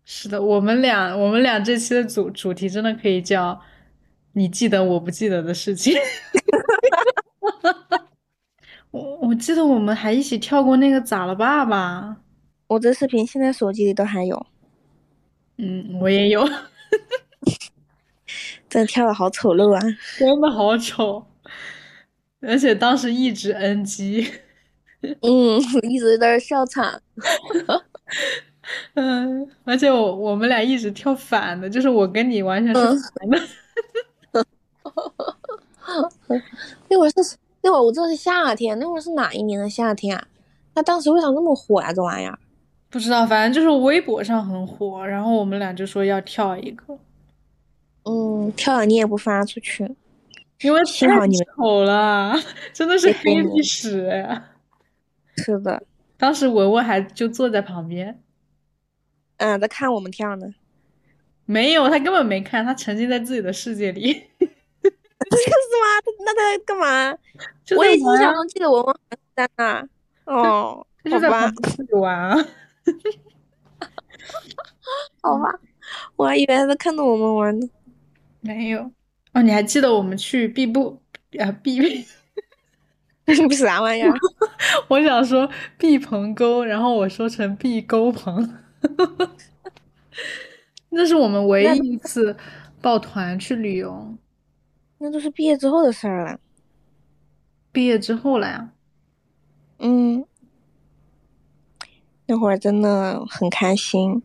B: 是的，我们俩，我们俩这期的主主题真的可以叫“你记得我不记得的事 情” 我。我记得我们还一起跳过那个咋了爸爸。
A: 我这视频现在手机里都还有。
B: 嗯，我也有，
A: 真的跳的好丑陋啊！
B: 真的好丑，而且当时一直 NG。
A: 嗯，一直在那笑场。
B: 嗯，而且我我们俩一直跳反的，就是我跟你完全是
A: 嗯
B: 反的。
A: 那会儿是那会儿，我记得是夏天，那会儿是哪一年的夏天啊？那当时为啥那么火啊？这玩意儿？
B: 不知道，反正就是微博上很火，然后我们俩就说要跳一个，
A: 嗯，跳了你也不发出去，
B: 因为
A: 幸
B: 太
A: 好你们
B: 丑了，真的
A: 谢
B: 是
A: 谢
B: 黑
A: 你
B: 历史哎。
A: 是的，
B: 当时文文还就坐在旁边，
A: 嗯，在看我们跳呢。
B: 没有，他根本没看，他沉浸在自己的世界里，
A: 是吗？那他在干嘛？
B: 就
A: 我
B: 在
A: 已经
B: 玩
A: 小
B: 啊，
A: 中记得文文在那。哦，
B: 他
A: 好
B: 就在
A: 吧
B: 旁，边自己玩啊。
A: 好吧，我还以为他在看着我们 玩呢。
B: 没有，哦，你还记得我们去毕布啊毕，
A: 啥玩 意儿？
B: 我想说毕棚沟，然后我说成毕沟棚。那是我们唯
A: 那
B: 一一次抱团去旅游，
A: 那都是毕业之后的事儿了。
B: 毕业之后了呀。
A: 嗯，那会儿真的很开心。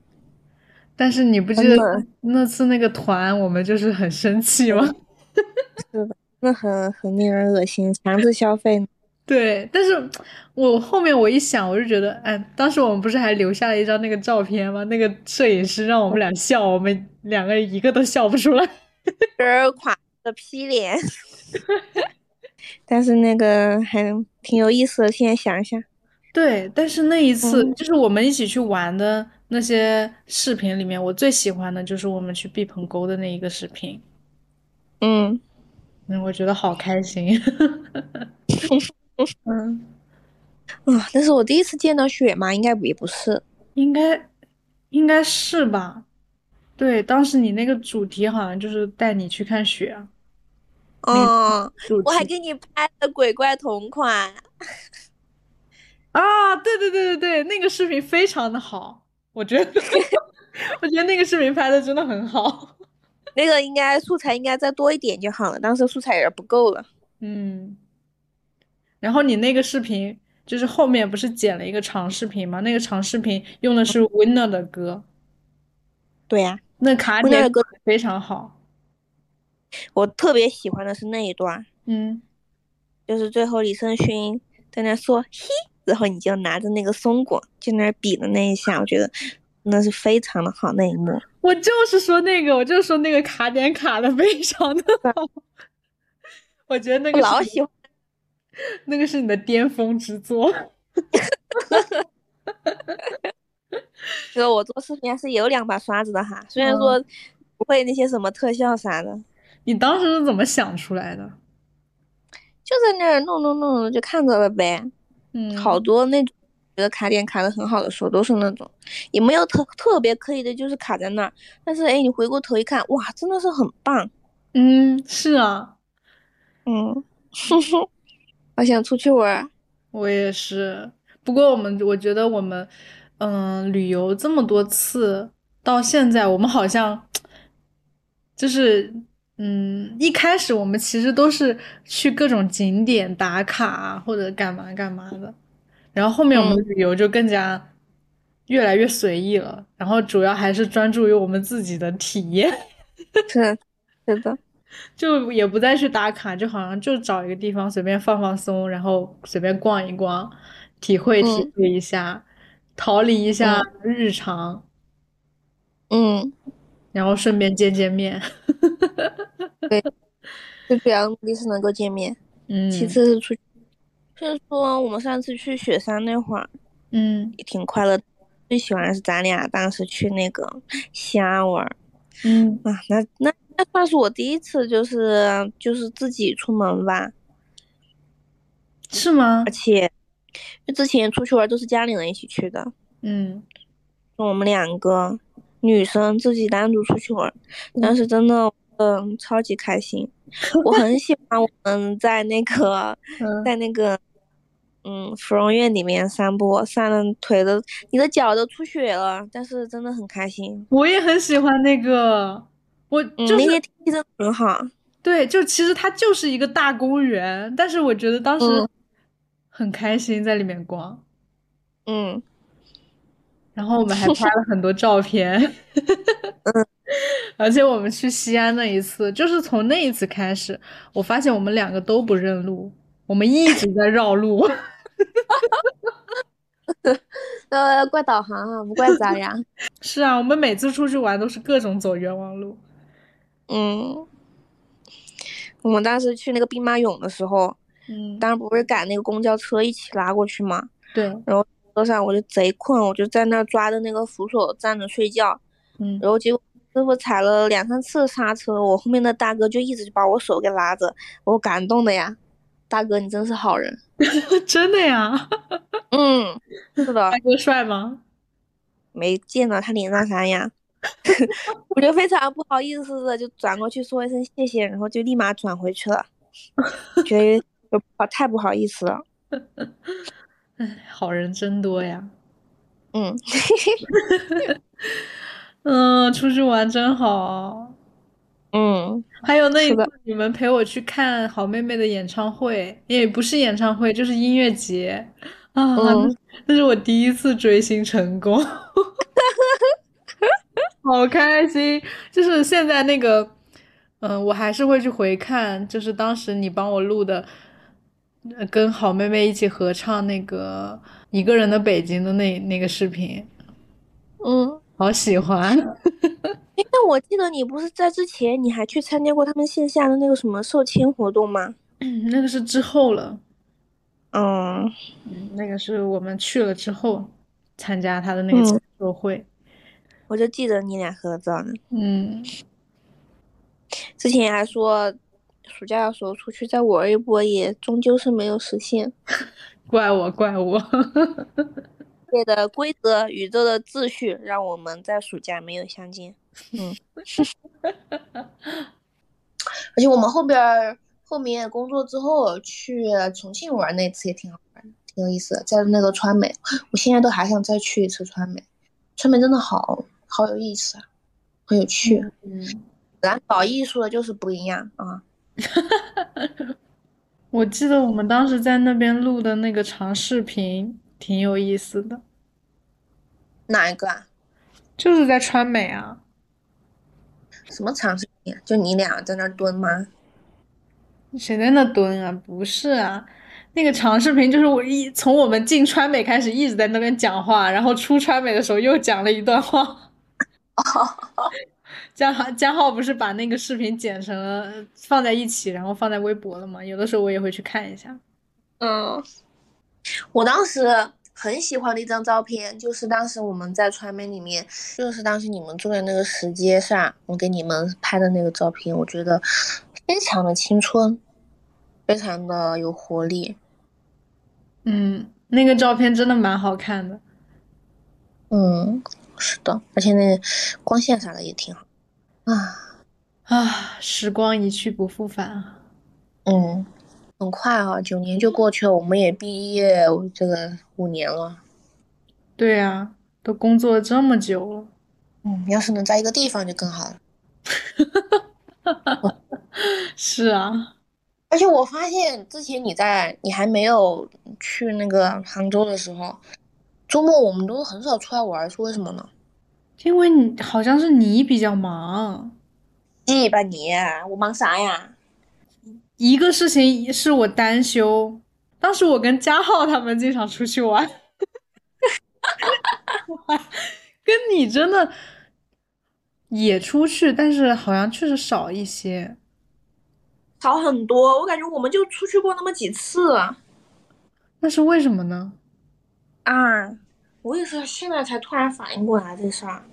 B: 但是你不记
A: 真
B: 得
A: 的
B: 那次那个团，我们就是很生气吗？
A: 那很很令人恶心，强制消费呢。
B: 对，但是我后面我一想，我就觉得，哎，当时我们不是还留下了一张那个照片吗？那个摄影师让我们俩笑，我们两个人一个都笑不出来。
A: 有点垮的批脸。 但是那个还挺有意思的，现在想一想，
B: 对，但是那一次
A: 嗯
B: 就是我们一起去玩的那些视频里面，我最喜欢的就是我们去毕棚沟的那一个视频，
A: 嗯
B: 嗯，我觉得好开心。 嗯，
A: 啊，那是我第一次见到雪吗？应该也不是，
B: 应该应该是吧？对，当时你那个主题好像就是带你去看雪啊，
A: 哦，
B: 主
A: 我还
B: 题
A: 给你拍了鬼怪同款，
B: 啊，对对对对对，那个视频非常的好，我觉得， 我觉得那个视频拍的真的很好。
A: 那个应该素材应该再多一点就好了，当时素材有点不够了。
B: 嗯，然后你那个视频就是后面不是剪了一个长视频嘛？那个长视频用的是 Winner 的歌，
A: 对呀、
B: 那卡
A: Winner
B: 点
A: 的歌
B: 非常好。
A: 我特别喜欢的是那一段，
B: 嗯，
A: 就是最后李胜勋在那说“嘿”，然后你就拿着那个松果就那儿比的那一下，我觉得那是非常的好那一幕。
B: 我就是说那个，我就是说那个卡点卡的非常的好，我觉得那
A: 我
B: 个
A: 老
B: 是
A: 喜欢，
B: 你那个是你的巅峰之作。
A: 就我做视频还是有两把刷子的哈，虽然
B: 嗯
A: 说不会那些什么特效啥的，
B: 你当时是怎么想出来的？
A: 就在那儿弄弄弄，就看着了呗。
B: 嗯，
A: 好多那种觉得卡点卡的很好的时候，都是那种也没有特特别刻意的，就是卡在那儿。但是哎，你回过头一看，哇，真的是很棒，
B: 嗯，是啊，
A: 嗯， 我想出去玩儿，
B: 我也是。不过我们，我觉得我们，嗯，旅游这么多次，到现在我们好像，就是，嗯，一开始我们其实都是去各种景点打卡啊或者干嘛干嘛的，然后后面我们的旅游就更加越来越随意了，然后主要还是专注于我们自己的体验。
A: 是是的，
B: 就也不再去打卡，就好像就找一个地方随便放放松，然后随便逛一逛，体会体
A: 嗯
B: 会一下，逃离一下日常，
A: 嗯，
B: 然后顺便见见面。
A: 最主要的目的是能够见面，
B: 嗯，
A: 其次是出去。就是说，我们上次去雪山那会儿
B: 嗯
A: 也挺快乐的，最喜欢的是咱俩当时去那个西安玩儿
B: 嗯
A: 啊，那那那算是我第一次，就是就是自己出门吧，
B: 是吗
A: 而？且就之前出去玩都是家里人一起去的，
B: 嗯
A: 我们两个女生自己单独出去玩，但是真的，嗯，超级开 心。我很喜欢我们在那个
B: 嗯
A: 在那个嗯芙蓉院里面散步，散的腿都你的脚都出血了，但是真的很开心。
B: 我也很喜欢那个，我
A: 嗯，
B: 就
A: 那
B: 是
A: 些天气真的很好，
B: 对，就其实它就是一个大公园，但是我觉得当时
A: 嗯
B: 很开心在里面逛，
A: 嗯，
B: 然后我们还拍了很多照片，嗯 而且我们去西安那一次，就是从那一次开始，我发现我们两个都不认路，我们一直在绕路。
A: 呃，怪导航啊，不怪咱俩。
B: 是啊，我们每次出去玩都是各种走冤枉路。
A: 嗯，我们当时去那个兵马俑的时候。
B: 嗯，
A: 当时不是赶那个公交车一起拉过去嘛，
B: 对，
A: 车上我就贼困，我就在那儿抓着那个扶手站着睡觉，
B: 嗯，
A: 然后结果师傅踩了两三次刹车，我后面的大哥就一直就把我手给拉着，我感动的呀，大哥你真是好人，
B: 真的呀，
A: 嗯，是 的
B: 大，哥帅吗？
A: 没见到他脸上啥呀， 我就非常不好意思的就转过去说一声谢谢，然后就立马转回去了，觉得有太不好意思了，
B: 哎，好人真多呀。
A: 嗯，
B: 嗯，出去玩真好。
A: 嗯，
B: 还有那一
A: 是的
B: 次你们陪我去看好妹妹的演唱会，也不是演唱会，就是音乐节啊，
A: 嗯
B: 那是我第一次追星成功， 好开心！就是现在那个，嗯，我还是会去回看，就是当时你帮我录的，呃跟好妹妹一起合唱那个《一个人的北京》的那那个视频，
A: 嗯。
B: 好喜欢。
A: 哎，但我记得你不是在之前你还去参加过他们线下的那个什么售签活动吗？
B: 那个是之后了。
A: 嗯，
B: 嗯，那个是我们去了之后参加他的那个签
A: 嗯
B: 售会。
A: 我就记得你俩合照呢。
B: 嗯，
A: 之前还说暑假的时候出去再玩一波，也终究是没有实现。
B: 怪我，怪我。
A: 界的规则、宇宙的秩序，让我们在暑假没有相见。嗯， 而且我们后边儿后面工作之后去重庆玩那次也挺好玩的，挺有意思的，在那个川美，我现在都还想再去一次川美，川美真的好好有意思啊，很有趣。
B: 嗯，
A: 咱搞艺术的就是不一样啊。
B: 我记得我们当时在那边录的那个长视频挺有意思的，
A: 哪一个啊？
B: 就是在川美啊，
A: 什么长视频啊？就你俩在那儿蹲吗？
B: 谁在那蹲啊？不是啊，那个长视频就是我一从我们进川美开始一直在那边讲话，然后出川美的时候又讲了一段话。
A: 哦
B: 江浩江浩不是把那个视频剪成了放在一起，然后放在微博了吗？有的时候我也会去看一下。
C: 嗯，
A: 我当时很喜欢的一张照片，就是当时我们在传媒里面，就是当时你们坐在那个石阶上，我给你们拍的那个照片，我觉得非常的青春，非常的有活力。
B: 嗯，那个照片真的蛮好看的。
A: 嗯，是的，而且那光线啥的也挺好啊，
B: 啊，时光一去不复返啊！
A: 嗯，很快啊，九年就过去了，我们也毕业这个五年了。
B: 对啊，都工作了这么久了，
A: 嗯，要是能在一个地方就更好了。
B: 是啊，
A: 而且我发现之前你在你还没有去那个杭州的时候，周末我们都很少出来玩儿，是为什么呢？
B: 因为你好像是你比较忙，
A: 记吧你，啊我忙啥呀？
B: 一个事情是我单休，当时我跟佳浩他们经常出去玩， 跟你真的也出去，但是好像确实少一些。
C: 少很多，我感觉我们就出去过那么几次啊。
B: 那是为什么呢？
A: 啊我也是现在才突然反应过来这事儿。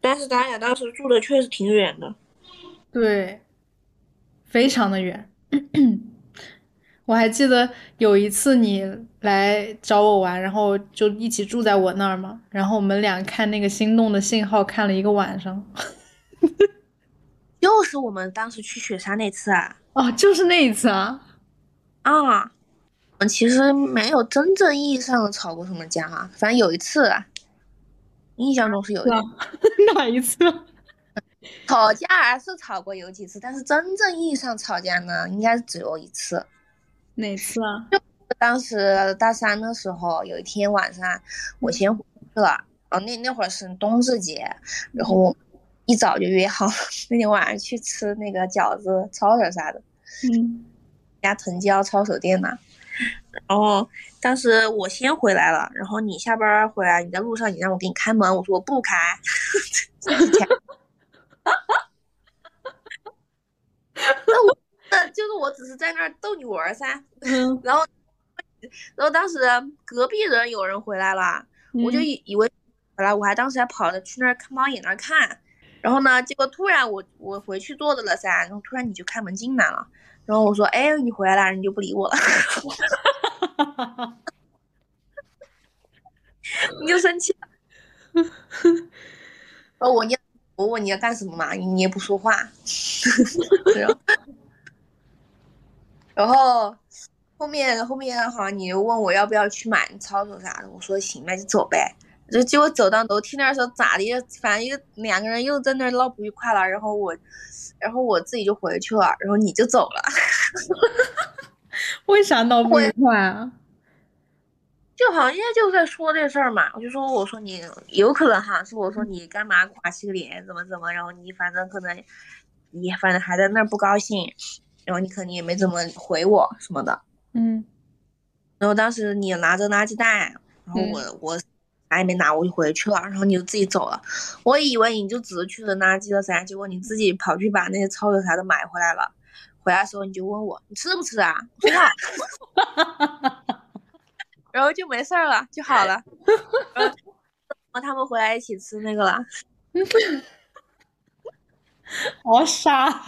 C: 但是咱俩当时住的确实挺远的。
B: 对，非常的远。 我还记得有一次你来找我玩，然后就一起住在我那儿嘛，然后我们俩看那个《心动的信号》看了一个晚上。
A: 又是我们当时去雪山那次啊！
B: 哦，就是那一次啊。
A: 啊，我们其实没有真正意义上的吵过什么架啊，反正有一次啊，印象中是有一
B: 是啊哪一次？啊
A: 吵架是吵过有几次，但是真正意义上吵架呢，应该只有一次。
B: 哪次啊？
A: 当时大三的时候，有一天晚上，我先回去了。哦，那那会儿是冬至节，然后我一早就约好 那天晚上去吃那个饺子、抄手啥的，
B: 嗯，
A: 家藤椒抄手店呐。然后当时我先回来了，然后你下班回来，你在路上，你让我给你开门，我说我不开。 那我那就是我只是在那儿逗你玩儿噻，
B: 嗯
A: 然后，然后当时隔壁人有人回来了，我 就
B: 嗯
A: 以以为回来，我还当时还跑着去那儿看猫眼那儿看，然后呢，结果突然我我回去坐着了噻，然后突然你就开门进来了，然后我说哎你回来了，你就不理我了，你就生气了， 然后哦我你我问你要干什么嘛，你你也不说话， 然后然后后面后面好像你又问我要不要去买抄手啥的，我说行那就走呗。就结果走到楼梯那儿的时候咋的，反正又两个人又在那儿闹不愉快了。然后我，然后我自己就回去了，然后你就走了，
B: 为啥闹不愉快啊？
A: 就好像人家就在说这事儿嘛。我就说我说你有可能哈，是我说你干嘛垮起个脸怎么怎么，然后你反正可能你反正还在那儿不高兴，然后你肯定也没怎么回我什么的。
B: 嗯
A: 然后当时你拿着垃圾袋，然后我、我啥也没拿，我就回去了，然后你就自己走了。我以为你就只是去扔垃圾了噻，结果你自己跑去把那些抄手啥的买回来了。回来的时候你就问我你吃不吃啊？我说要， 然后就没事儿了，就好了。然后和他们回来一起吃那个了，
B: 好傻呀！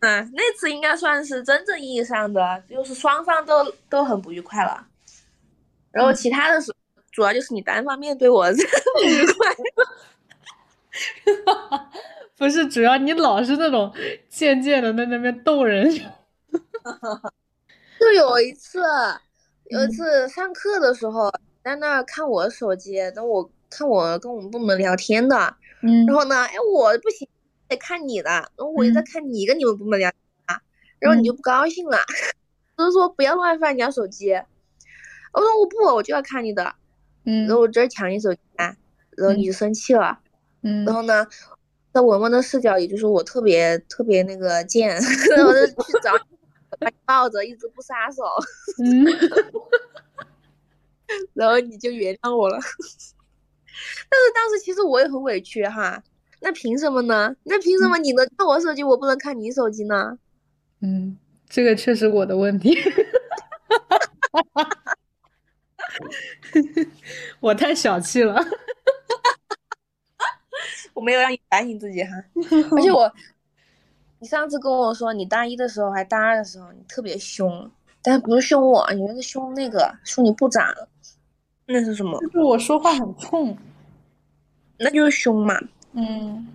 A: 嗯，那次应该算是真正意义上的，就是双方都都很不愉快了。然后其他的时候主要就是你单方面对我 不愉快。
B: 不是，主要你老是那种贱贱的在那边逗人。
A: 就有一次，有一
B: 嗯
A: 次上课的时候，在那儿看我手机，等我看我跟我们部门聊天的，
B: 嗯嗯
A: 然后呢，哎，我不行，得看你的，然后我就在看你跟你们部门聊天啊，然后你就不高兴了， 他、就说不要乱翻人家手机。我说我不，我就要看你的。
B: 嗯
A: 然后我直接抢你手机，然后你就生气了。
B: 嗯
A: 然后呢，在文文的视角里，就是我特别特别那个贱， 然后我就去找 你，把你抱着，一直不撒手，
B: 嗯，
A: 然后你就原谅我了。 但是当时其实我也很委屈哈，那凭什么呢？那凭什么你能看我手机，我不能看你手机呢？
B: 嗯，这个确实我的问题， 我太小气了。
D: 我没有让你反省自己哈。
A: 而且我，你上次跟我说你大一的时候还大二的时候，你特别凶，但是不是凶我，你是凶那个凶你部长，那是什么？
B: 就是我说话很冲，
A: 那就是凶嘛。
B: 嗯，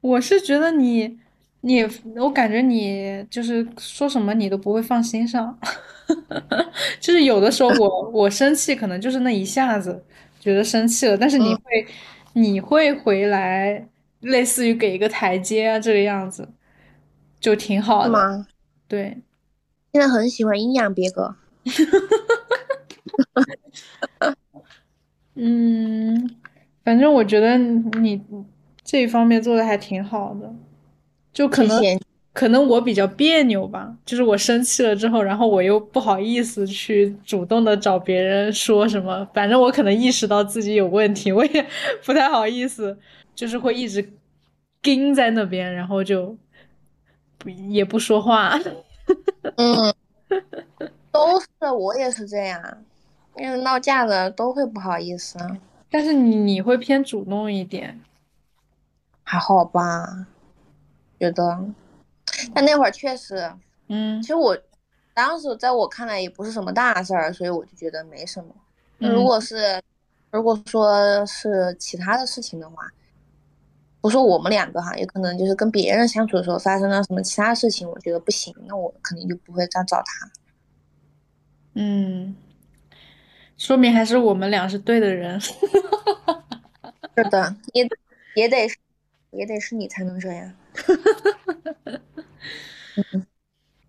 B: 我是觉得你，你，我感觉你就是说什么你都不会放心上， 就是有的时候我我生气可能就是那一下子觉得生气了，但是你
A: 嗯
B: 会你会回来，类似于给一个台阶啊这个样子，就挺好
A: 是
B: 的，
A: 吗？
B: 对，
A: 现在很喜欢阴阳别格，
B: 嗯，反正我觉得你这一方面做的还挺好的，就可
A: 谢
B: 能。
A: 谢。
B: 可能我比较别扭吧，就是我生气了之后，然后我又不好意思去主动的找别人说什么，反正我可能意识到自己有问题，我也 不太好意思，就是会一直盯在那边，然后就不也不说话。
A: 嗯，都是我也是这样，因为闹架了都会不好意思，
B: 但是你你会偏主动一点，
A: 还好吧？觉得，但那会儿确实，
B: 嗯
A: 其实我当时在我看来也不是什么大事儿，所以我就觉得没什么。
B: 嗯
A: 如果是如果说是其他的事情的话，不说我们两个哈，有可能就是跟别人相处的时候发生了什么其他事情，我觉得不行，那我肯定就不会再找他。
B: 嗯，说明还是我们俩是对的人。
A: 是的，也也得是也得是你才能这样。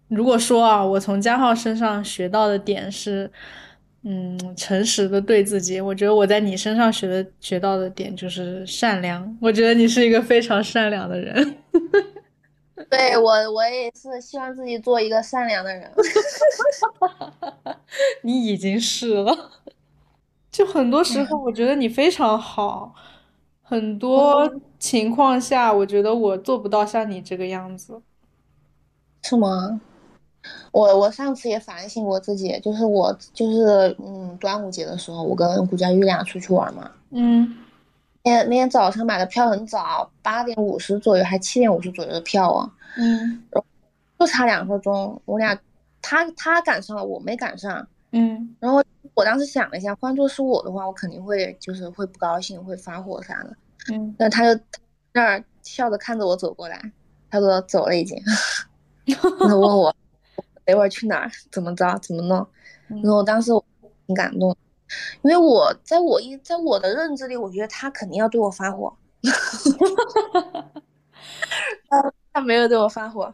B: 如果说啊，我从佳浩身上学到的点是，嗯，诚实的对自己。我觉得我在你身上学的学到的点就是善良。我觉得你是一个非常善良的人。
A: 对我我也是希望自己做一个善良的人。
B: 你已经是了。就很多时候，我觉得你非常好，很多情况下，我觉得我做不到像你这个样子。
A: 是吗？我我上次也反省过自己，就是我就是嗯，端午节的时候，我跟顾佳玉俩出去玩嘛。
B: 嗯
A: 那天那天早上买的票很早，八点五十左右还七点五十左右的票啊，
B: 嗯
A: 就差两分钟，我俩他他赶上了，我没赶上。
B: 嗯
A: 然后我当时想了一下，换做是我的话，我肯定会就是会不高兴，会发火啥的。
B: 嗯，
A: 但他就那儿笑着看着我走过来，他说走了已经， 然后问我等会儿去哪儿，怎么着，怎么弄。
B: 嗯
A: 然后我当时我挺感动，因为我在我一在我的认知里，我觉得他肯定要对我发火， 他没有对我发火，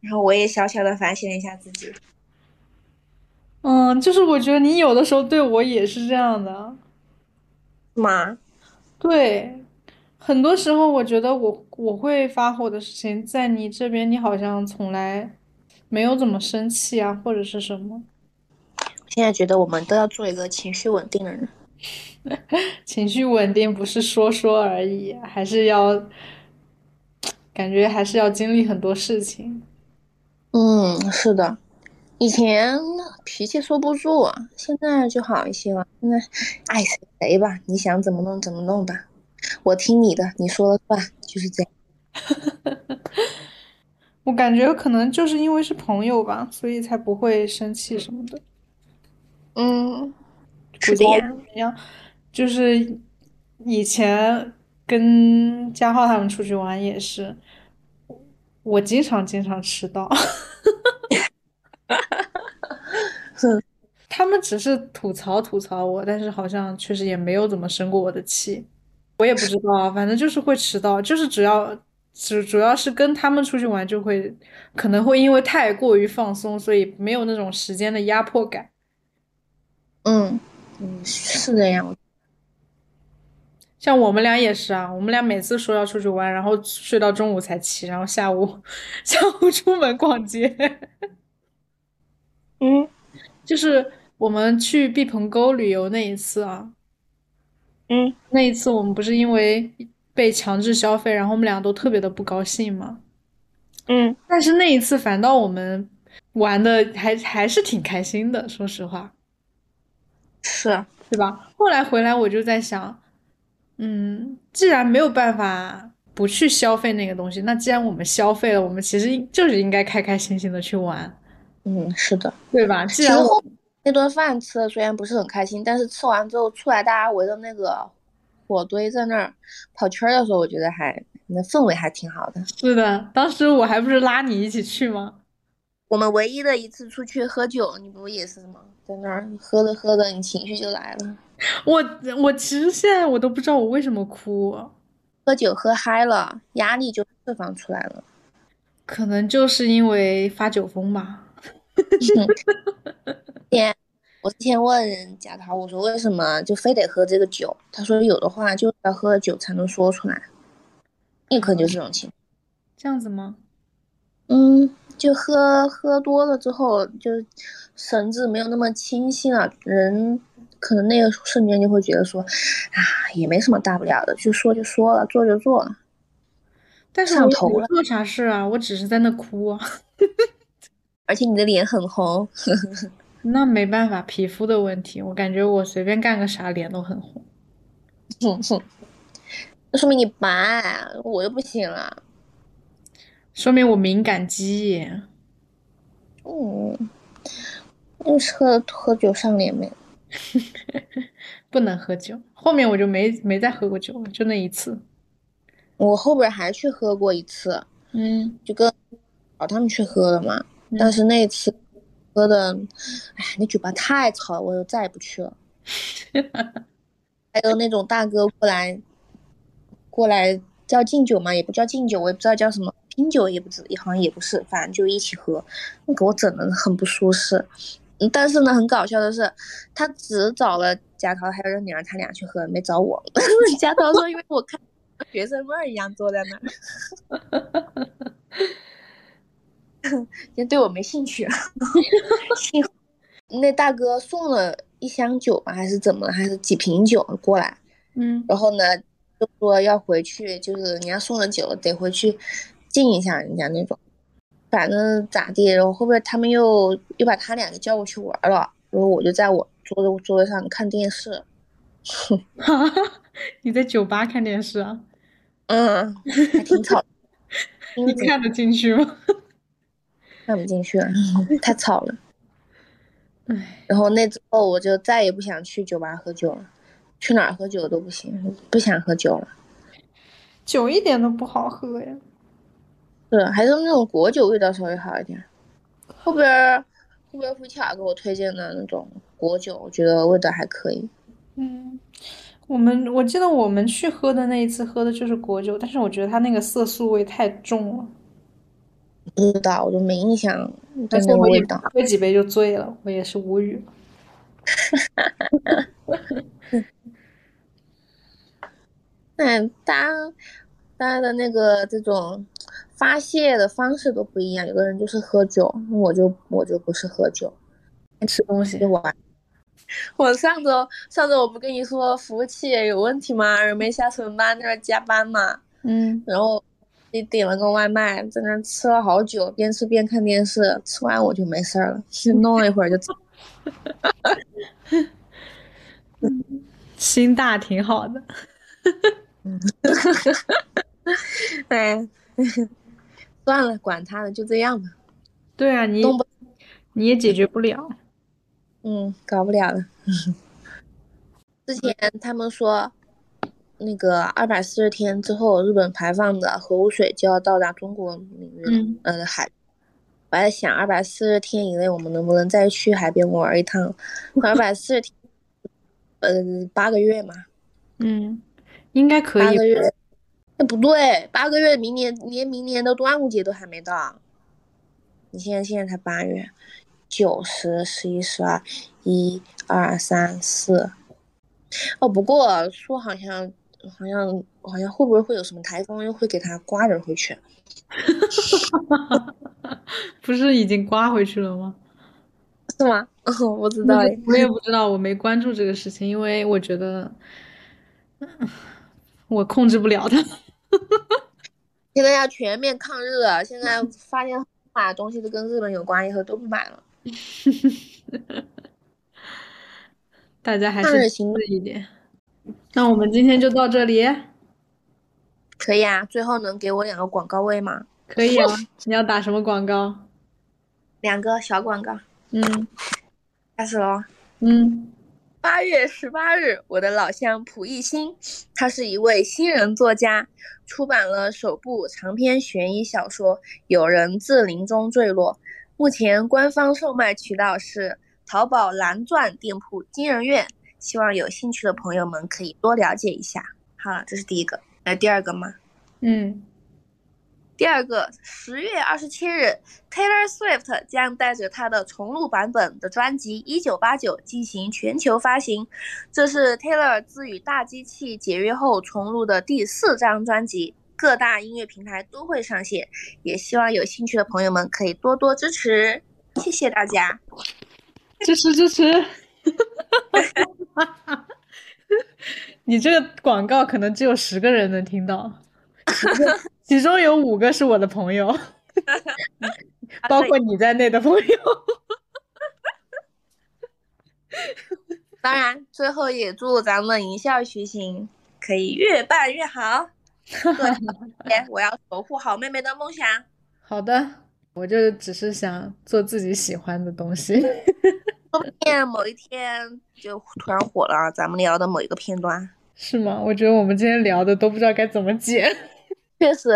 A: 然后我也小小的反省了一下自己。
B: 嗯，就是我觉得你有的时候对我也是这样的。
A: 妈，
B: 对，很多时候我觉得我我会发火的事情，在你这边你好像从来没有怎么生气啊，或者是什么
A: 现在觉得我们都要做一个情绪稳定的人。
B: 情绪稳定，不是说说而已，还是要感觉还是要经历很多事情。
A: 嗯，是的，以前脾气收不住，啊现在就好一些了。现在爱谁谁吧，你想怎么弄怎么弄吧，我听你的，你说了算，就是这样。
B: 我感觉可能就是因为是朋友吧，所以才不会生气什么的。
A: 嗯，
B: 我
A: 是
B: 觉
A: 的
B: 得
A: 呀。
B: 怎么样？就是以前跟佳浩他们出去玩也是，我经常经常迟到，
A: 哼
B: 他们只是吐槽吐槽我，但是好像确实也没有怎么生过我的气，我也不知道啊，反正就是会迟到，就是只要主主要是跟他们出去玩，就会可能会因为太过于放松，所以没有那种时间的压迫感。
A: 嗯嗯，是这样。
B: 像我们俩也是啊，我们俩每次说要出去玩，然后睡到中午才起，然后下午 下午出门逛街。
E: 嗯，
B: 就是我们去毕棚沟旅游那一次啊，
E: 嗯
B: 那一次我们不是因为被强制消费，然后我们俩都特别的不高兴嘛。
E: 嗯，
B: 但是那一次反倒我们玩的还还是挺开心的，说实话。
E: 是，
B: 对吧？后来回来我就在想，嗯，既然没有办法不去消费那个东西，那既然我们消费了，我们其实应就是应该开开心心的去玩，
A: 嗯，是的。
B: 对吧？
A: 其
B: 既然
A: 实
B: 我
A: 后那顿饭吃的虽然不是很开心，但是吃完之后出来，大家围着那个火堆在那儿跑圈儿的时候，我觉得还那氛围还挺好的。
B: 是的，当时我还不是拉你一起去吗？
A: 我们唯一的一次出去喝酒，你不也是吗？在那儿喝着喝着，你情绪就来了，
B: 我我其实现在我都不知道我为什么哭，
A: 喝酒喝嗨了，压力就释放出来了。
B: 可能就是因为发酒疯吧。
A: 天，我之嗯前问贾桃，我说为什么就非得喝这个酒？他说有的话就是要喝了酒才能说出来，立刻就是这种情况。
B: 这样子吗？
A: 嗯，就喝喝多了之后，就神志没有那么清晰了，人可能那个瞬间就会觉得说，啊，也没什么大不了的，就说就说了，做就做了。
B: 但是
A: 上
B: 我也
A: 头
B: 没
A: 了
B: 做啥事啊，我只是在那哭啊。
A: 而且你的脸很红，
B: 那没办法，皮肤的问题，我感觉我随便干个啥脸都很红。
A: 那说明你白，我就不行了。
B: 说明我敏感肌。
A: 嗯，就是喝喝酒上脸没。
B: 不能喝酒。后面我就没没再喝过酒了，就那一次。
A: 我后边还去喝过一次，
B: 嗯，
A: 就跟找他们去喝的嘛，但
B: 嗯
A: 是那次喝的，哎，那酒吧太吵了，我就再也不去了。还有那种大哥过来，过来叫敬酒嘛，也不叫敬酒，我也不知道叫什么，拼酒也不知，也好像也不是，反正就一起喝，那给我整的很不舒适。嗯但是呢，很搞笑的是，他只找了贾桃还有任宁儿，他俩去喝，没找我。 贾桃说，因为我看学生妹儿一样坐在那儿，也对我没兴趣。 幸好那大哥送了一箱酒吧，还是怎么了，还是几瓶酒过来，
B: 嗯，
A: 然后呢，就说要回去，就是人家送的酒得回去敬一下人家那种，反正咋地，然后后边他们又又把他俩给叫过去玩了，然后我就在我桌子桌子上看电视，
B: 你在酒吧看电视啊？
A: 嗯，还挺吵的，因
B: 你
A: 为
B: 看得进去吗？
A: 看不进去了， 太吵了。
B: 嗯唉，
A: 然后那之后我就再也不想去酒吧喝酒了，去哪儿喝酒都不行，不想喝酒了。
B: 酒一点都不好喝呀。
A: 是，还是那种果酒味道稍微好一点。后边儿后边儿胡巧给我推荐的那种果酒，我觉得味道还可以。
B: 嗯，我们我记得我们去喝的那一次喝的就是果酒，但是我觉得它那个色素味太重了，
A: 不知道，我都没印象
B: 而
A: 对
B: 且
A: 那个
B: 嗯我
A: 味
B: 也
A: 道。
B: 喝几杯就醉了，我也是无语了。
A: 但大家大家的那个这种发泄的方式都不一样，有的人就是喝酒，我就我就不是喝酒，
B: 吃东西
A: 就玩。我上周上周我不跟你说服务器有问题吗？人没下纯班在那儿加班嘛。
B: 嗯，
A: 然后也点了个外卖，在那儿吃了好久，边吃边看电视。吃完我就没事儿了， 就弄了一会儿就走。
B: 心大挺好的。
A: 哎， 算了，管他的，就这样吧。
B: 对啊，你
A: 东北
B: 你也解决不了。
A: 嗯，搞不了了。 之前他们说，那个二百四十天之后，日本排放的核污水就要到达中国领域了，
B: 嗯
A: 呃，海。我还在想，二百四十天以内，我们能不能再去海边玩一趟？二百四十天，呃，八个月嘛，
B: 嗯，应该可
A: 八
B: 以
A: 个
B: 吧。
A: 月，
F: 那不对，八个月，明年连明年的端午节都还没到。你现在现在才八月，九十、十一、十二、一二三四。哦，不过说好像好像好像会不会会有什么台风，又会给它刮人回 去？啊
B: 不是已经刮回去了吗？
F: 是吗？哦，我不知道耶。
B: 我也不知道，我没关注这个事情，因为我觉得嗯我控制不了它。
F: 现在要全面抗日了，现在发现买东西都跟日本有关，以后都不买了。
B: 大家还
F: 抗
B: 是
F: 日行动
B: 注意一点。那我们今天就到这里，
F: 可以啊，最后能给我两个广告位吗？
B: 可以啊？ 你要打什么广告？
F: 两个小广告，
B: 嗯
F: 开始喽。
B: 嗯，
A: 八月十八日，我的老乡蒲熠星，他是一位新人作家，出版了首部长篇悬疑小说《有人自林中坠落》，目前官方售卖渠道是淘宝蓝钻店铺金人苑，希望有兴趣的朋友们可以多了解一下。好了，这是第一个，来第二个吗？
B: 嗯，
A: 第二个，十月二十七日，Taylor Swift 将带着她的重录版本的专辑《一九八九》进行全球发行，这是 Taylor 自与大机器解约后重录的第四张专辑，各大音乐平台都会上线，也希望有兴趣的朋友们可以多多支持，谢谢大家。
B: 支持支持。 你这个广告可能只有十个人能听到，其中有五个是我的朋 友，包括你在内的朋友。
A: 当然，最后也祝咱们营销徐行可以越办越好。对，我要守护好妹妹的梦想。
B: 好的，我就只是想做自己喜欢的东西。
A: 说不定某一天就突然火了，咱们聊的某一个片段。
B: 是吗？我觉得我们今天聊的都不知道该怎么 剪。
A: 确实，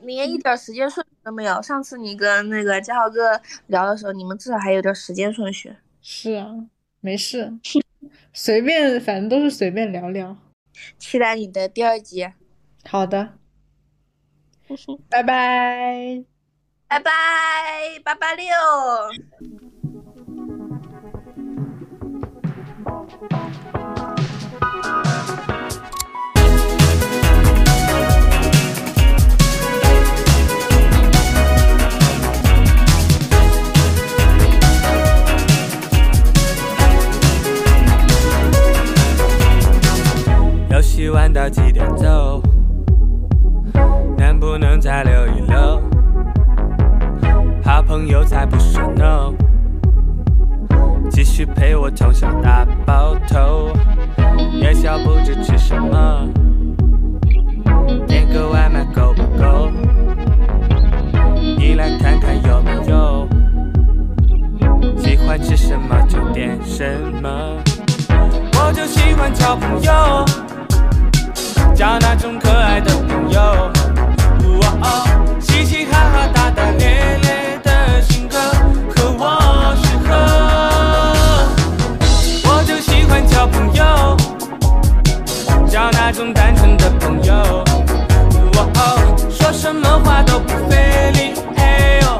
A: 连一点时间顺序都没有。上次你跟那个嘉豪哥聊的时候，你们至少还有点时间顺序。
B: 是啊，没事，随便，反正都是随便聊聊。
A: 期待你的第二集，
B: 好的，拜拜。
A: 拜拜八八六。
G: 游戏玩到几点走？能不能再留一留？好朋友才不是 no，继续陪我通宵大包头，夜宵不知吃什么，点个外卖够不够？你来看看有没有，喜欢吃什么就点什么。我就喜欢交朋友，交那种可爱的朋友。哇哦，嘻嘻哈哈，大大咧咧的性格，和我适合。我就喜欢交朋友，交那种单纯的朋友。哇哦，说什么话都不费力，哎呦，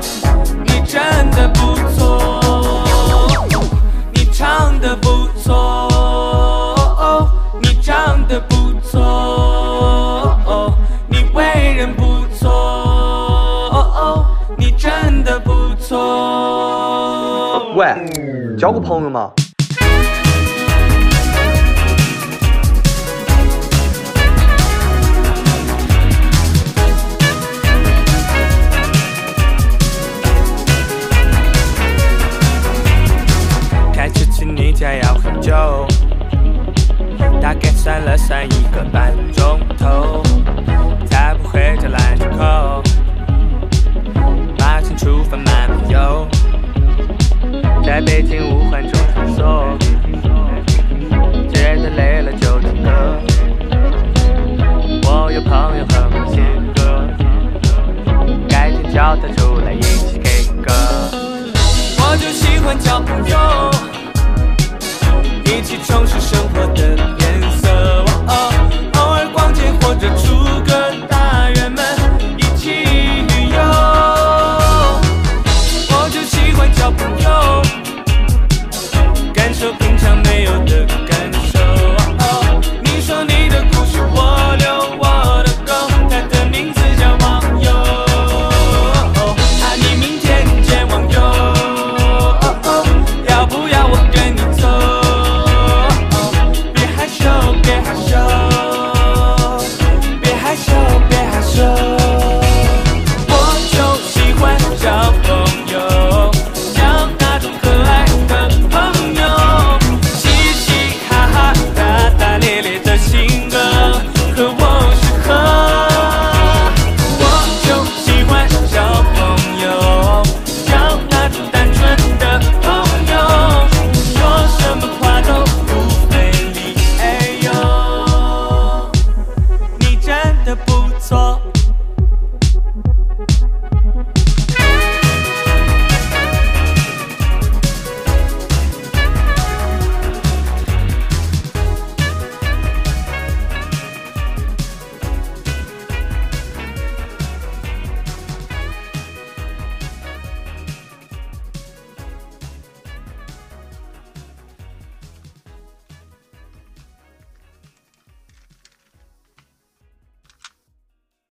G: 你真的不错。你唱的不错，哦你唱的不错，哦你为人不错，哦你真的不错。
H: 喂，交个朋友嘛。
G: 哦哦哦啊哦哦